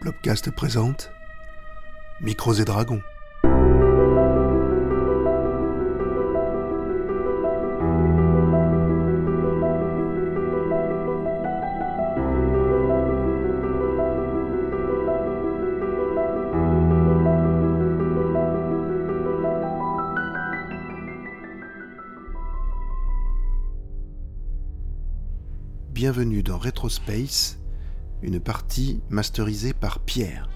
Blobcast présente Micros et Dragons. Bienvenue dans Retrospace, une partie masterisée par Pierre.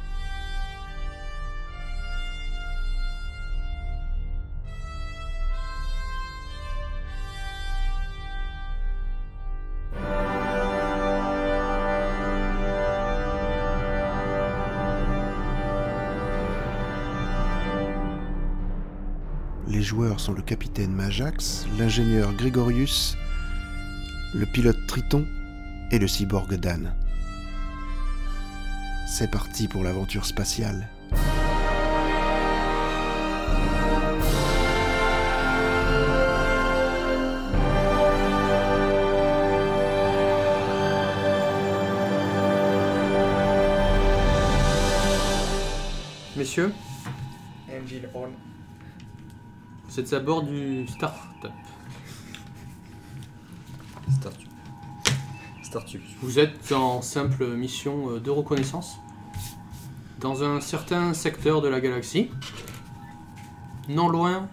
Les joueurs sont le capitaine Majax, l'ingénieur Grégorius, le pilote Triton et le cyborg Dan. C'est parti pour l'aventure spatiale. Messieurs, Engine on. vous êtes à bord du Startup. Startup. Startup. Vous êtes en simple mission euh, de reconnaissance dans un certain secteur de la galaxie, non loin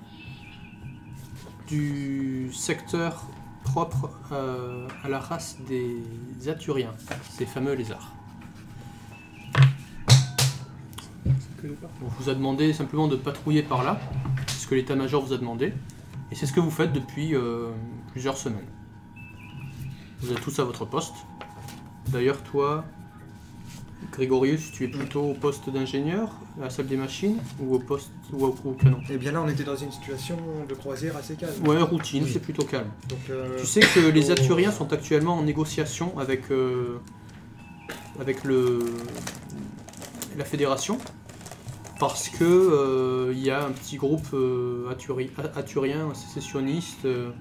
du secteur propre euh, à la race des Aturiens, ces fameux lézards. On vous a demandé simplement de patrouiller par là, c'est ce que l'état-major vous a demandé, et c'est ce que vous faites depuis euh, plusieurs semaines. Vous êtes tous à votre poste. D'ailleurs, toi, Grégorius, tu es plutôt au poste d'ingénieur, à la salle des machines, ou au poste ou au, au canon Et Eh bien là, on était dans une situation de croisière assez calme. Ouais, routine, Oui. c'est plutôt calme. Donc, euh, Tu sais que les au- Aturiens sont actuellement en négociation avec, euh, avec le, la fédération parce que euh, il y a un petit groupe euh, Aturi- A- aturien sécessionniste euh,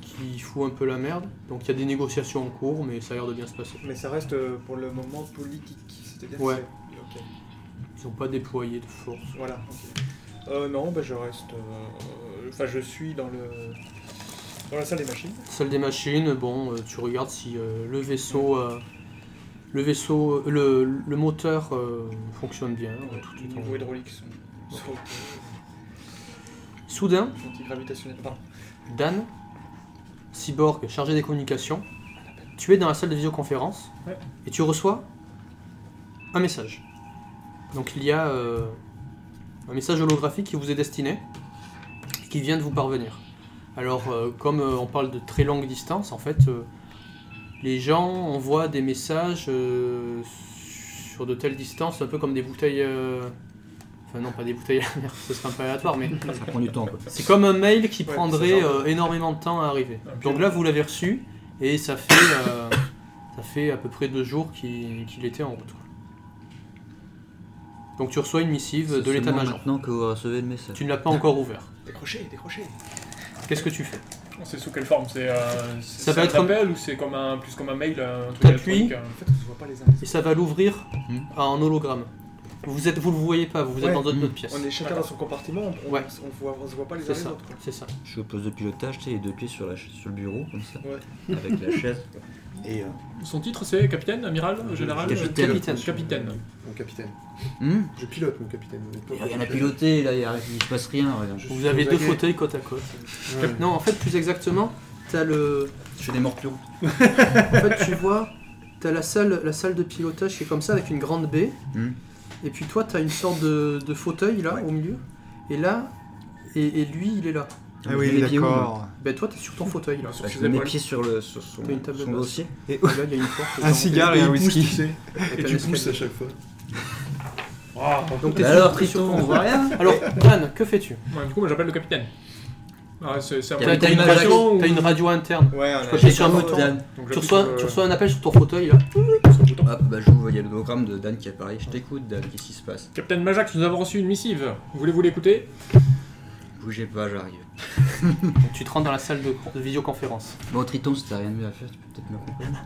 qui fout un peu la merde. Donc il y a des négociations en cours, mais ça a l'air de bien se passer. Mais ça reste euh, pour le moment politique. C'est-à-dire Ouais. que c'est- ok, Ils n'ont pas déployé de force. Voilà. ok. Euh, non, bah, je reste. euh, Enfin, je suis dans le. Dans la salle des machines. Salle des machines, bon, euh, tu regardes si euh, le vaisseau, euh, le vaisseau, euh, le, le moteur euh, fonctionne bien. euh, tout Les est en- niveaux hydrauliques sont. sont Soudain, euh, antigravitationnels. Pardon. Dan, cyborg chargé des communications, tu es dans la salle de visioconférence Ouais. et tu reçois un message. Donc il y a euh, un message holographique qui vous est destiné et qui vient de vous parvenir. Alors euh, comme euh, on parle de très longue distance, en fait, euh, les gens envoient des messages euh, sur de telles distances, un peu comme des bouteilles... euh, Enfin non, pas des bouteilles à la mer, ce serait un peu aléatoire, mais Ça prend du temps quoi. c'est comme un mail qui Ouais, prendrait c'est ça. euh, énormément de temps à arriver. Un Donc pion. là, vous l'avez reçu et ça fait, euh, ça fait à peu près deux jours qu'il qu'il était en route. quoi. Donc tu reçois une missive de C'est seulement l'état-major. maintenant que vous recevez le message. Tu ne l'as pas encore ouvert. Décrochez, décrochez. Qu'est-ce que tu fais On sait sous quelle forme c'est euh, Ça Ça peut un être un- appel ou c'est comme un plus comme un mail un truc T'appuies. électronique, euh. En fait, on se voit pas les uns les Et autres. ça va l'ouvrir Hmm. en hologramme. Vous êtes, vous le voyez pas, vous êtes Ouais. dans notre, Hmm. notre pièce. On est chacun dans son compartiment, on, on- Ouais. on voit- on se voit pas les C'est uns les ça, autres. quoi. c'est ça. Je suis au poste de pilotage, tu sais, les deux pieds sur, la ch- sur le bureau, comme ça. Ouais. Avec la chaise. Et. euh, Son titre c'est capitaine, amiral, général, euh, Capitaine. Capitaine. capitaine. Mon capitaine. hum Je pilote, mon capitaine. Il y a rien à piloter, là, il y a- il se passe rien. regarde. Je Vous suis avez au deux taquet. fauteuils côte à côte. Ouais. Non, en fait, plus exactement, t'as le, Je fais des morpions. En fait, tu vois, t'as la salle, la salle de pilotage qui est comme ça, avec une grande baie. Hmm. Et puis toi, t'as une sorte de, de fauteuil là, au milieu. Et là, et, et lui, il est là. Je mets les pieds où, moi Ben toi, t'es sur ton fauteuil là. Ah Bah, Sur Je ses mets mes épaules. pieds sur, le, sur son, T'as une table son basse. dossier. Et là, il y a une porte. Ah, Un cigare et un whisky. Et tu pousses à chaque fois. Ah, Donc, t'es Bah alors, sur- t'es sur Triton, ton- on voit rien Alors, Dan, que fais-tu ouais, du coup moi j'appelle le capitaine. Ah, c'est c'est un Capitaine peu une Majax. communication ou- euh, T'as une radio interne. Ouais, Tu on peux a- appuyer sur un bouton. Dan. Donc, Tu j'appuie reçois, sur euh, le- tu reçois un appel sur ton fauteuil là. sur le bouton. Hop, bah j'ouvre, il y a le hologramme de Dan qui apparaît. Je t'écoute, Dan, qu'est-ce qui se passe Capitaine Majax, nous avons reçu une missive. Voulez-vous l'écouter Bougez pas, j'arrive. Donc, tu te rends dans la salle de, de visioconférence. Bon, Triton, si t'as rien de mieux à faire, tu peux peut-être me comprendre.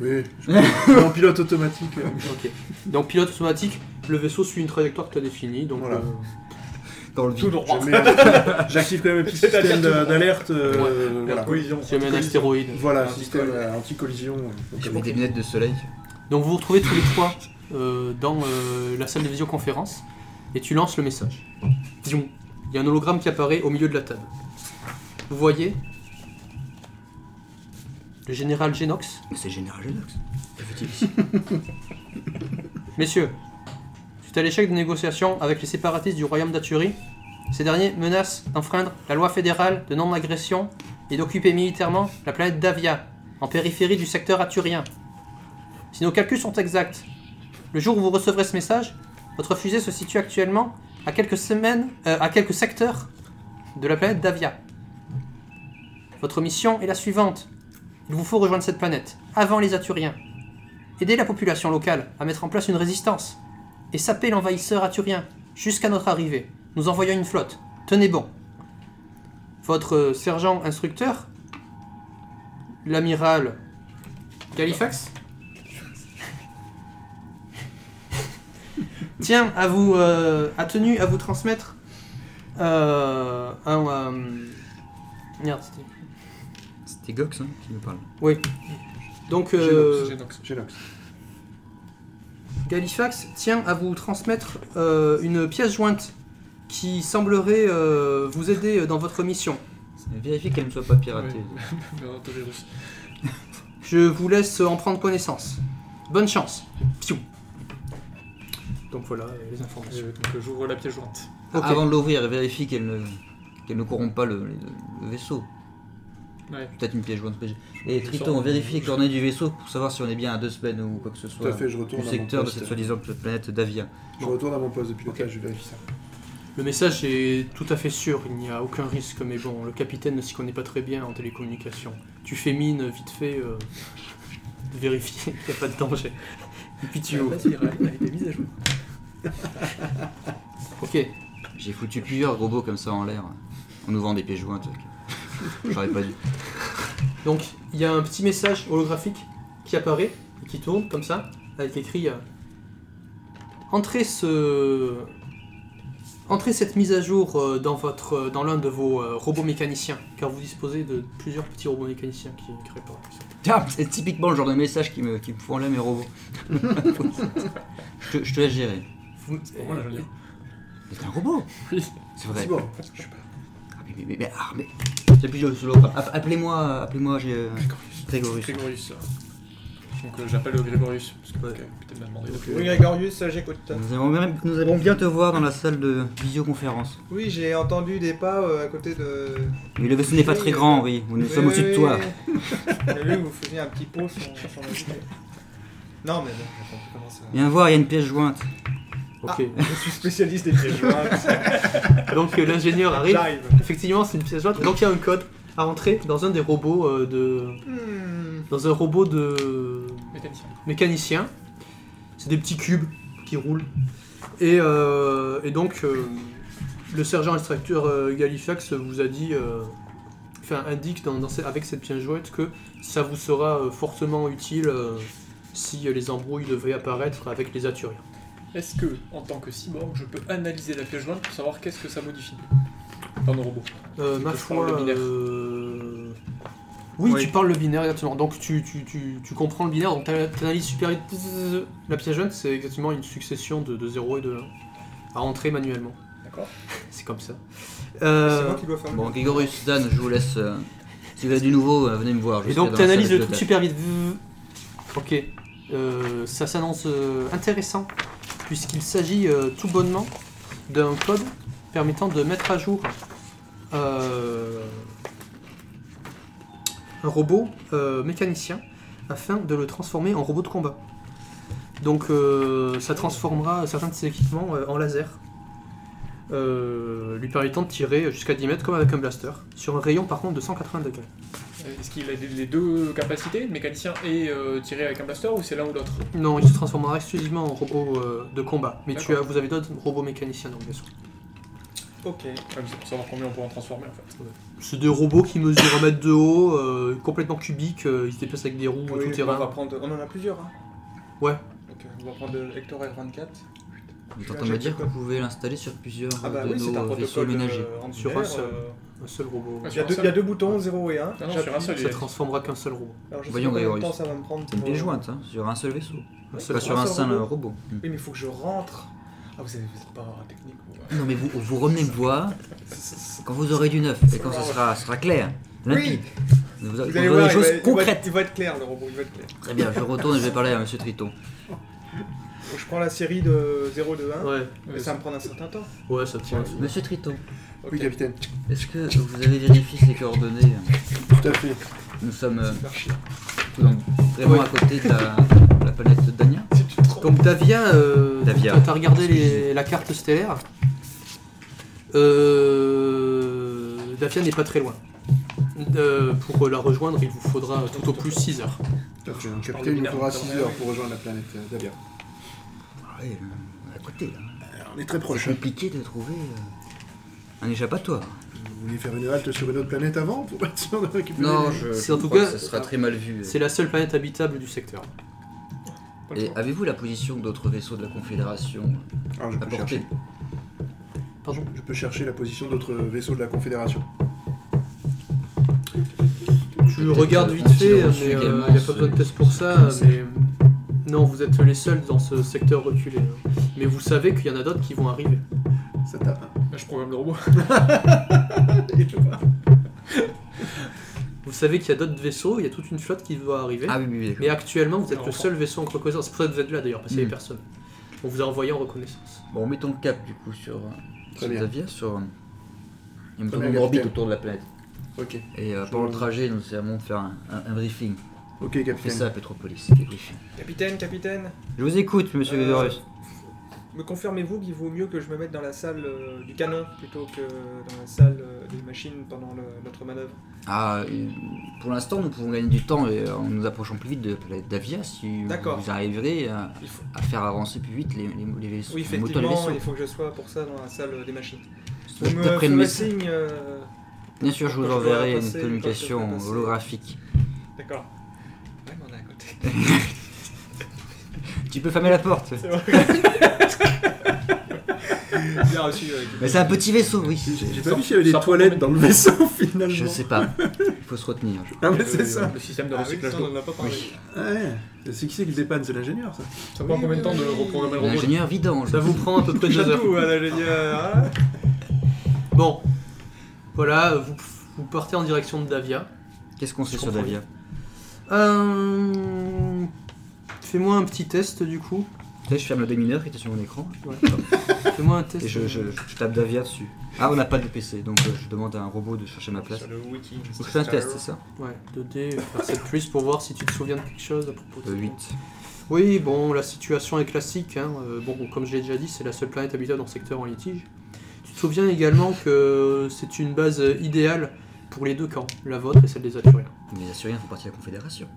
Oui, je suis en pilote automatique. euh. Ok. Donc pilote automatique, le vaisseau suit une trajectoire que tu as définie. Donc Voilà. euh, Dans le Tout vide. droit. Je mets- J'active quand même un petit C'est-à-dire système tout le d'a- monde. d'alerte. euh, Ouais, voilà. Collision. si jamais un astéroïde. Voilà, Anti-collision. système euh, anti-collision. euh, Je comme mets on des dit. lunettes de soleil. Donc vous vous retrouvez tous les trois euh, dans euh, la salle de visioconférence et tu lances le message. Zoom. Il y a un hologramme qui apparaît au milieu de la table. Vous voyez le général Genox. Mais C'est Général Genox. Messieurs, suite à l'échec de négociations avec les séparatistes du royaume d'Aturie, ces derniers menacent d'enfreindre la loi fédérale de non-agression et d'occuper militairement la planète Davia, en périphérie du secteur aturien. Si nos calculs sont exacts, le jour où vous recevrez ce message, votre fusée se situe actuellement à quelques semaines, euh, à quelques secteurs de la planète Davia. Votre mission est la suivante. Il vous faut rejoindre cette planète, avant les Aturiens. Aider la population locale à mettre en place une résistance. Et saper l'envahisseur aturien, jusqu'à notre arrivée. Nous envoyons une flotte. Tenez bon. Votre euh, sergent instructeur, l'amiral Galifax, Tiens, à vous, euh, a tenu à vous transmettre euh, un. euh, merde, c'était. C'était Gox hein, qui nous parle. Donc, Génox, euh, Génox. Génox. Galifax tient à vous transmettre euh, une pièce jointe qui semblerait euh, vous aider dans votre mission. Vérifiez qu'elle ne soit pas piratée. Euh, Un antivirus. Je vous laisse en prendre connaissance. Bonne chance. Piou. Donc voilà euh, les informations. Euh, donc, euh, J'ouvre la pièce jointe. Ok. Avant de l'ouvrir, vérifiez qu'elle ne, qu'elle ne corrompt pas le, le- le vaisseau. Ouais. Peut-être une pièce jointe PG. Et Je Triton, sors. vérifiez les coordonnées du vaisseau pour savoir si on est bien à deux semaines ou quoi que ce Tout à soit fait, je retourne du à mon secteur de poste. cette soi-disant planète Davia. Je retourne à mon poste de pilotage, je vérifie ça. Le message est tout à fait sûr, il n'y a aucun risque, mais bon, le capitaine ne s'y connaît pas très bien en télécommunication. Tu fais mine, vite fait, euh, de vérifier qu'il n'y a pas de danger. Et puis tu ouvres. Ok, J'ai foutu plusieurs robots comme ça en l'air hein, en ouvrant des pièces jointes. J'aurais pas dû. donc il y a un petit message holographique qui apparaît, et qui tourne comme ça, avec écrit euh, Entrez ce. Entrez cette mise à jour euh, dans, votre, euh, dans l'un de vos euh, robots mécaniciens, car vous disposez de plusieurs petits robots mécaniciens qui, qui réparent. Ah, c'est typiquement le genre de message qui me, qui me font là mes robots. je, te, je te laisse gérer. Vous- euh, Pour moi, la jolie. Mais T'es un robot Oui. C'est vrai. C'est bon. Ah, mais, mais, mais, mais, ah, mais... J'appuie sur le bouton. App- Appelez-moi, appelez-moi, j'ai... euh, Grégorus. Grégorius. Donc euh, j'appelle le Grégorius, parce que Ouais. le capitaine m'a demandé. Donc, Oui, euh, Grégorius, j'écoute. Nous allons, bien, nous allons bien te voir dans la salle de visioconférence. Oui, j'ai entendu des pas euh, à côté de. Mais le vaisseau n'est pas très grand, oui. Nous sommes au-dessus de toi. J'ai vu que vous faisiez un petit pot sur, sur le sujet. Non, mais bon, j'ai compris comment ça. Viens voir, il y a une pièce jointe. ah. Ok. Je suis spécialiste des pièges jointes. Donc euh, l'ingénieur arrive. J'arrive. Effectivement, c'est une pièce jointe. Donc il y a un code à rentrer dans un des robots euh, de Hmm. dans un robot de Mécanicien. mécanicien. C'est des petits cubes qui roulent. Et, euh, et donc euh, le sergent instructeur euh, Galifax vous a dit, euh, enfin indique dans- dans ce- avec cette pièce jointe que ça vous sera euh, fortement utile euh, si euh, les embrouilles devaient apparaître avec les Aturiens. Est-ce que, en tant que cyborg, je peux analyser la pièce jointe pour savoir qu'est-ce que ça modifie dans nos robots Euh, Tu ma peux foi. parler le binaire. euh, Oui, Oui. tu parles le binaire exactement. Donc tu, tu, tu, tu comprends le binaire, donc t'as- t'analyses super vite. Zzz, La pièce jaune, c'est exactement une succession de, de 0 et de 1 à entrer manuellement. D'accord. C'est comme ça. C'est Euh, moi qui dois faire le Bon, Grégorus, Dan, je vous laisse... euh, si vous avez du nouveau, euh, venez me voir. je Et serai donc dans tu la salle analyses de le truc pilotage. super vite. Zzz. Ok. Euh, ça s'annonce euh, intéressant, puisqu'il s'agit euh, tout bonnement d'un code permettant de mettre à jour euh, un robot euh, mécanicien afin de le transformer en robot de combat. Donc euh, ça transformera certains de ses équipements euh, en laser, euh, lui permettant de tirer jusqu'à 10 mètres comme avec un blaster, sur un rayon par contre de 180 degrés. Euh, Est-ce qu'il a des- les deux capacités, mécanicien et euh, tirer avec un blaster, ou c'est l'un ou l'autre Non, il se transformera exclusivement en robot euh, de combat. Mais tu as, D'accord. vous avez d'autres robots mécaniciens donc bien sûr. Ok. Enfin, c'est pour savoir combien on peut en transformer en fait. C'est des robots qui mesurent un mètre de haut, euh, complètement cubiques, euh, ils se déplacent avec des roues, Oui, tout on, terrain. va prendre... on en a plusieurs. Hein. Ouais. Ok, on va prendre le Hector R24. Vous êtes en train de me dire que vous pouvez l'installer sur plusieurs Ah bah de oui, c'est un nos vaisseaux protocole ménagers. euh, en Sur hiver, un seul. euh, Un seul robot. Il y, Ouais, a Sur un deux, seul. il y a deux boutons, 0 et 1. Non, non, sur un seul, il Ça est- transformera qu'un seul robot. Alors je sais pas Voyons, combien de Grégory. temps ça va me prendre. C'est une pour- pièce jointe, hein, sur un seul vaisseau. Un Ouais, seul Sur Pas sur robot. un un seul seul euh, robot. Oui, mais il faut que je rentre. Ah, vous êtes, vous êtes pas technique. vous. Non mais vous, vous revenez me voir quand vous aurez du neuf et quand ça sera, sera clair, limpide. Vous, aurez- Vous vous allez aurez voir, des il choses va, il va- concrètes. il va être clair le robot, il va être clair. Très bien, je retourne et je vais parler à Monsieur Triton. Je prends la série de 0, de 1, Ouais, Hein Ah, mais ça va me prendre un certain temps. ouais, ça tient. Ouais. Monsieur Triton, Ok. Oui, capitaine. est-ce que vous avez vérifié ces coordonnées Tout à fait. Nous sommes euh, Merci. tout dans- vraiment Ouais. à côté de la, de la planète Dania. Si tu te trompes. Donc Davia, euh, Davia. quand t'as regardé les- la carte stellaire, euh, Davia n'est pas très loin. Euh, pour la rejoindre, il vous faudra tout au plus 6 heures. Tout à fait. Un parle de capitaine, il nous merde, faudra quand 6 même. heures pour rejoindre la planète euh, Davia. Ah ouais, euh, à côté là. Ah, On est très hein. C'est compliqué de trouver euh, un échappatoire. Vous voulez faire une halte sur une autre planète avant pour être sûr de récupérer Non, les- je, C'est je en tout crois cas- que ça sera très mal vu. C'est la seule planète habitable du secteur. Pas le Et choix. avez-vous la position d'autres vaisseaux de la Confédération Alors, je à peux portée chercher. Pardon Je peux chercher la position d'autres vaisseaux de la Confédération. Tu regardes vite fait, mais euh, il n'y a pas besoin de test pour ça. Mais... Non, vous êtes les seuls dans ce secteur reculé. hein. Mais vous savez qu'il y en a d'autres qui vont arriver. Ça tape. hein. Là, je programme le robot. Vous savez qu'il y a d'autres vaisseaux, il y a toute une flotte qui va arriver. Ah oui, oui, oui. Mais actuellement, vous êtes Alors, le seul vaisseau en reconnaissance. C'est pour ça que vous êtes là d'ailleurs, parce qu'il n'y Mm. avait personne. On vous a envoyé en reconnaissance. Bon, mettons le cap du coup sur Très bien. Xavier, sur. euh, Il me Très tourne bien, une orbite capitaine. autour de la planète. Ok. Et euh, Je pendant le vous- trajet, nous allons faire un, un- un briefing. Ok, On fait capitaine. ça à Petropolis, des briefings. Capitaine, capitaine, Je vous écoute, monsieur Euh, Gregorius. me confirmez-vous qu'il vaut mieux que je me mette dans la salle euh, du canon plutôt que dans la salle euh, des machines pendant le- notre manœuvre Ah, euh, pour l'instant, nous pouvons gagner du temps et, euh, en nous approchant plus vite de la planète d'Avia si D'accord. vous arriverez à, Il faut- à faire avancer plus vite les, les, les vaisseaux, Oui, les moteurs des effectivement, vaisseaux. il faut que je sois pour ça dans la salle euh, des machines. Je Vous me te ferez prenne le message. signe. euh, Bien sûr, je quand vous je dois enverrai passer, quand une je dois communication passer. holographique. D'accord. Ouais, mais on est à côté. Tu peux fermer la porte. C'est vrai. Bien reçu. euh, Mais c'est un petit vaisseau, oui. J'ai Je pas vu s'il y avait des ça- toilettes dans le vaisseau finalement. sais pas. Il faut se retenir. je- Ah, Le- mais Euh, c'est ça. Ah Le système de Ah oui, recyclage ça, d'eau. on en a pas parlé. Ouais. C'est qui c'est qui le dépanne C'est l'ingénieur, ça. Ça prend combien de temps de reprogrammer le robot L'ingénieur vidange. Ça vous prend à peu près deux heures. Chatou, à l'ingénieur. hein Bon, voilà, vous, vous partez en direction de Davia. Qu'est-ce qu'on sait Je sur comprends Davia Euh, Fais-moi un petit test du coup. Tu sais, je ferme le démineur qui était sur mon écran. Ouais. Fais-moi un test. Et je, je- je tape Davia dessus. Ah, on n'a pas de PC, donc euh, je demande à un robot de chercher ma place. Sur le wiki. Donc je fais un test, c'est ça Ouais, 2D, faire cette plus pour voir si tu te souviens de quelque chose à propos de Euh, ça. 8. Oui, bon, la situation est classique. hein. Euh, bon, comme je l'ai déjà dit, c'est la seule planète habitable en secteur en litige. Tu te souviens également que c'est une base idéale pour les deux camps, la vôtre et celle des Aturiens. Mais les Assuriens font partie de la Confédération.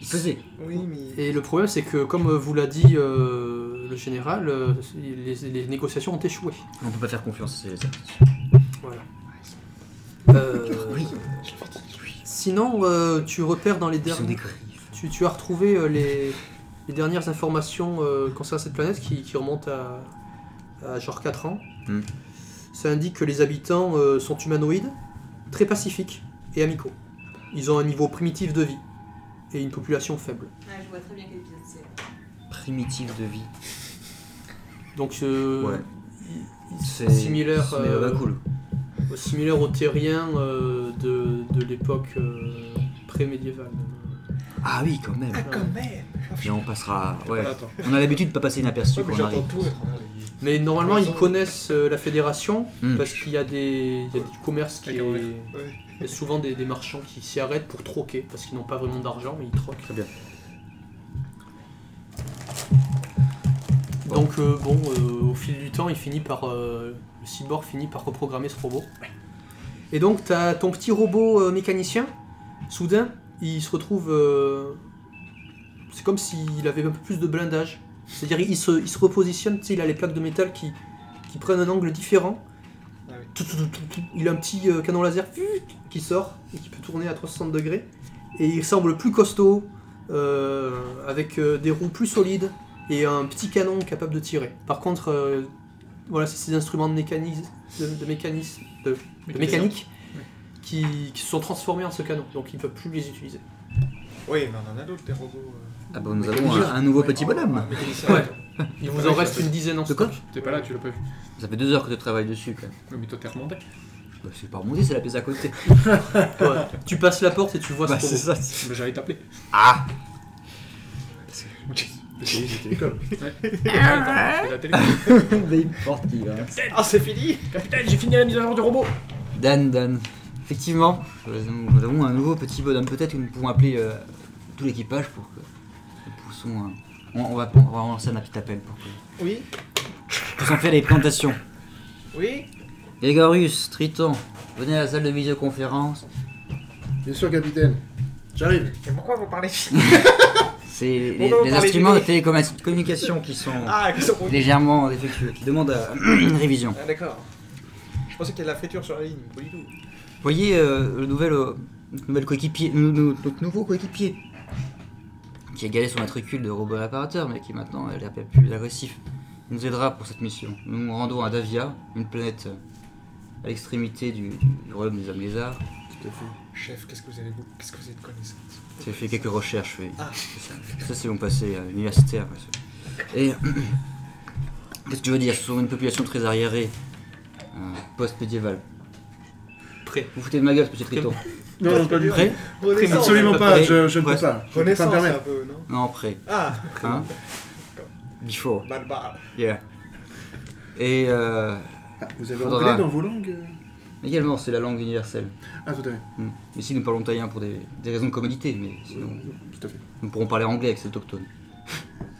Ils faisaient. Oui, mais. Et le problème, c'est que, comme vous l'a dit euh, le général, euh, les, les négociations ont échoué. On peut pas faire confiance, c'est les Voilà. Euh, Oui, Sinon, euh, tu repères dans les ils sont derniers. des griffes. Tu, tu as retrouvé euh, les, les dernières informations euh, concernant cette planète qui, qui remontent à, à genre 4 ans. Hmm. Ça indique que les habitants euh, sont humanoïdes, très pacifiques et amicaux. Ils ont un niveau primitif de vie et une population faible. Ouais, je vois très bien quel épisode c'est. Primitifs de vie. Donc, euh, Ouais. i- i- C'est similaire, Mais euh, bah, cool. similaire aux terriens euh, de, de l'époque euh, pré-médiévale. Ah oui, quand même. même Et on passera. Ouais. Voilà, attends. On a l'habitude de pas passer inaperçu Ah, Ouais, mais quand on j'entends arrive. tout à travers les- Mais normalement, Ils ils ont- connaissent euh, la fédération Hmm. parce qu'il y a des, il y a du commerce qui Avec est, un ouvert. Ouais. il y a souvent des, des marchands qui s'y arrêtent pour troquer parce qu'ils n'ont pas vraiment d'argent mais ils troquent. Très bien. Bon. Donc euh, bon, euh, au fil du temps, il finit par euh, le cyborg finit par reprogrammer ce robot. Et donc t'as ton petit robot euh, mécanicien. Soudain, il se retrouve. euh, c'est comme s'il avait un peu plus de blindage. C'est-à-dire il se, il se repositionne. Tu sais, il a les plaques de métal qui qui prennent un angle différent. Ah oui. Tout, tout, tout, tout, tout. Il a un petit euh, canon laser fuit, qui sort et qui peut tourner à 360 degrés. Et il semble plus costaud, euh, avec euh, des roues plus solides et un petit canon capable de tirer. Par contre, euh, voilà, c'est ces instruments de mécanisme, de, de mécanisme, de, de mécanique qui, qui se sont transformés en ce canon, donc il ne peut plus les utiliser. Oui, mais on en a d'autres, des robots. euh, Ah, Ah bah nous Mais avons quel un, un nouveau ouais, petit un- un bonhomme. mécanicien. Ouais. Il vous Ah en oui, reste ça, une dizaine en De quoi stock. T'es pas là, tu l'as pas vu. Ça fait deux heures que tu travailles dessus. Quoi. Ouais, Mais toi, t'es remonté. Bah, c'est pas remonté, c'est la pièce à côté. Ah, Ouais. Tu passes la porte et tu vois Bah, ce robot. c'est ça. Mais j'allais t'appeler. Ah C'était l'école. Attends, la télé. Babe porte qui va. Ah, c'est fini Capitaine, j'ai fini la mise à jour du robot. Dan, Dan. Effectivement, nous nous avons un nouveau petit bonhomme. Peut-être que nous pouvons appeler euh, tout l'équipage pour que nous poussons un- On, on va, on va lancer un petit appel pour que. Oui, Pour s'en faire des plantations. oui. Grégorius, Triton, venez à la salle de visioconférence. Bien sûr, capitaine. J'arrive. Mais pourquoi vous parlez C'est les, Bon, ben, on les parlait instruments de du télécommunication qui sont Ah, qu'est-ce qu'on légèrement défectueux, qui demandent euh, une révision. Ah, d'accord. Je pensais qu'il y avait de la friture sur la ligne, mais pas du tout. Vous voyez euh, le nouvel, euh, notre nouvel coéquipier, nou- nou- notre nouveau coéquipier, qui a galé son matricule de robot réparateur, mais qui maintenant est l'appelle plus agressif, Il nous aidera pour cette mission. Nous nous rendons à Davia, une planète euh, à l'extrémité du, du- du royaume des hommes lézards. Tout à fait. Chef, qu'est-ce que vous avez de Qu'est-ce que vous avez de connaissance J'ai fait quelques recherches, oui. Ah. Ça, c'est mon passé euh, universitaire. parce que- Et qu'est-ce que tu veux dire Ce sont une population très arriérée, euh, post-médiévale. Prêt. Vous foutez de ma gueule, ce petit triton. Non, non, pas du tout. Prêt Renaissance, Absolument Renaissance, pas, ouais. je, je ne peux Ouais. pas. Je ne peux pas me Renaissance, un permettre. peu, non Non, prêt. Ah, bah, Hein Before. barbare. Yeah. Et euh, hein. Ah, vous avez Faudra- anglais dans vos langues euh également, c'est la langue universelle. Ah, tout à fait. Mm. Ici, nous parlons taïen pour des, des raisons de commodité, mais sinon, Tout à fait. nous pourrons parler anglais avec ces autochtones.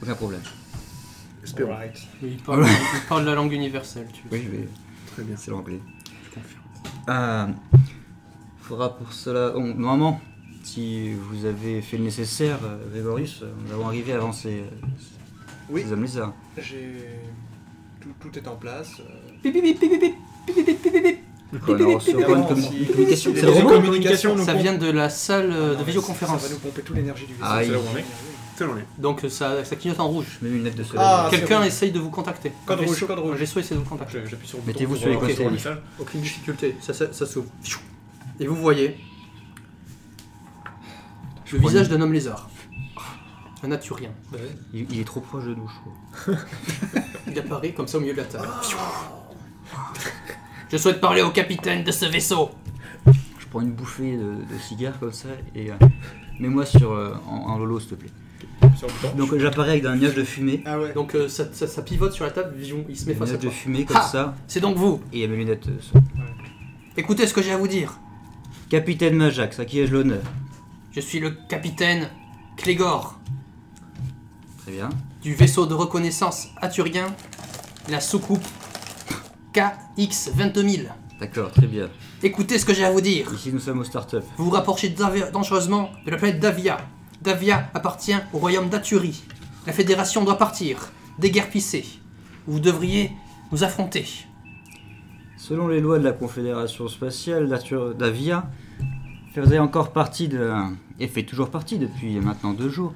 Aucun problème. Espérons. Alright. Mais Il parle, il parle la langue universelle. Tu vois. Oui, mais Très bien. c'est l'anglais. Euh, faudra pour cela. bon, normalement, si vous avez fait le nécessaire, euh, Grégoris, euh, nous avons arrivé avant ces, Oui. ces hommes lézards. J'ai. Tout, tout est en place. euh, Bip, bip, bip, bip, bip, bip, bip, bip, bip, bip. Quoi, alors, on se revoit une évidemment, commu- si- une communication, si c'est les le robot télécommunications nous Ça pompent- vient de la salle euh, Non, de mais visioconférence. Ça va nous pomper toute l'énergie du vaisseau. Ah, Aïe. c'est là où on est. C'est l'anglais. Donc euh, ça, ça clignote en rouge. Même une lettre de soleil. Ah, c'est Quelqu'un rouge. essaye de vous contacter. Code Un rouge, vaisseau- code rouge. Un vaisseau essaie de vous contacter. J'appuie sur le bouton. Mettez-vous pour sur les relancer le conseils. message. Aucune difficulté, ça, ça- ça s'ouvre. Et vous voyez le crois visage d'un homme lézard. Un naturien. Il, il est trop proche de nous, je trouve. Il apparaît comme ça au milieu de la table. Je souhaite parler au capitaine de ce vaisseau. Je prends une bouffée de, de cigare comme ça et euh, mets-moi sur euh, en, en lolo s'il te plaît. Sur le bouton. Donc euh, j'apparais avec un nuage de fumée. Ah ouais. Donc euh, ça, ça- ça pivote sur la table, Vision, il se met Un face à nuage de toi. fumée comme Ha ça C'est donc vous. et mes lunettes euh, sont- Écoutez ce que j'ai à vous dire. Capitaine Majax, à qui ai-je l'honneur Je suis le capitaine Clégor Très bien. du vaisseau de reconnaissance aturien, la soucoupe KX-22000. D'accord, très bien. Écoutez ce que j'ai à vous dire. Ici nous sommes au start-up. Vous vous rapprochez dav- dangereusement de la planète Davia. Davia appartient au royaume d'Aturie. La fédération doit partir, déguerpissée. Vous devriez nous affronter. Selon les lois de la Confédération spatiale, Nature- Davia faisait encore partie de. et fait toujours partie depuis maintenant deux jours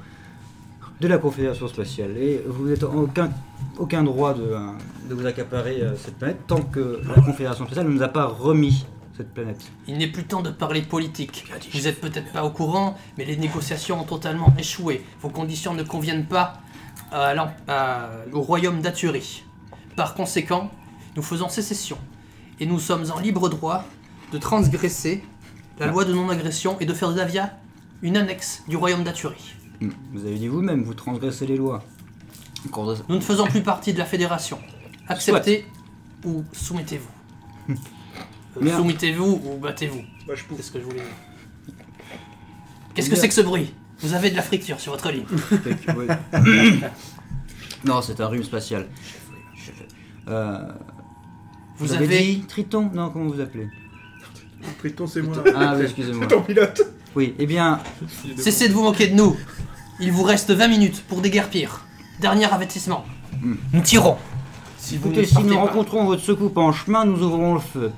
de la Confédération spatiale. Et vous n'êtes en aucun, aucun droit de, euh, de vous accaparer euh, cette planète tant que la Confédération spatiale ne nous a pas remis cette planète. Il n'est plus temps de parler politique. Bien dit. Vous êtes peut-être pas au courant, mais les négociations ont totalement échoué. Vos conditions ne conviennent pas euh, à l'em- à- au royaume d'Aturie. Par conséquent, nous faisons sécession. Et nous sommes en libre droit de transgresser la loi de non-agression et de faire de Davia une annexe du royaume d'Aturie. Mm. Vous avez dit vous-même, vous transgressez les lois. Vous transgressez- Nous ne faisons plus partie de la fédération. Acceptez ou soumettez-vous. Euh, Merde. soumettez-vous ou battez-vous. Bah, je pousse. C'est ce que je voulais dire. Qu'est-ce que c'est que ce bruit Vous avez de la friture sur votre ligne. Ouais. non, c'est un rhume spatial. Euh, Vous, vous avez dit Triton Non, comment vous appelez Triton, c'est moi. Ah oui, excusez-moi. Ton pilote Oui, eh bien, Cessez de vous moquer de nous. Il vous reste 20 minutes pour déguerpir. Dernier avertissement. Hmm. Nous tirons. Si vous Écoutez, ne si partez nous pas- rencontrons votre secoupe en chemin, nous ouvrons le feu.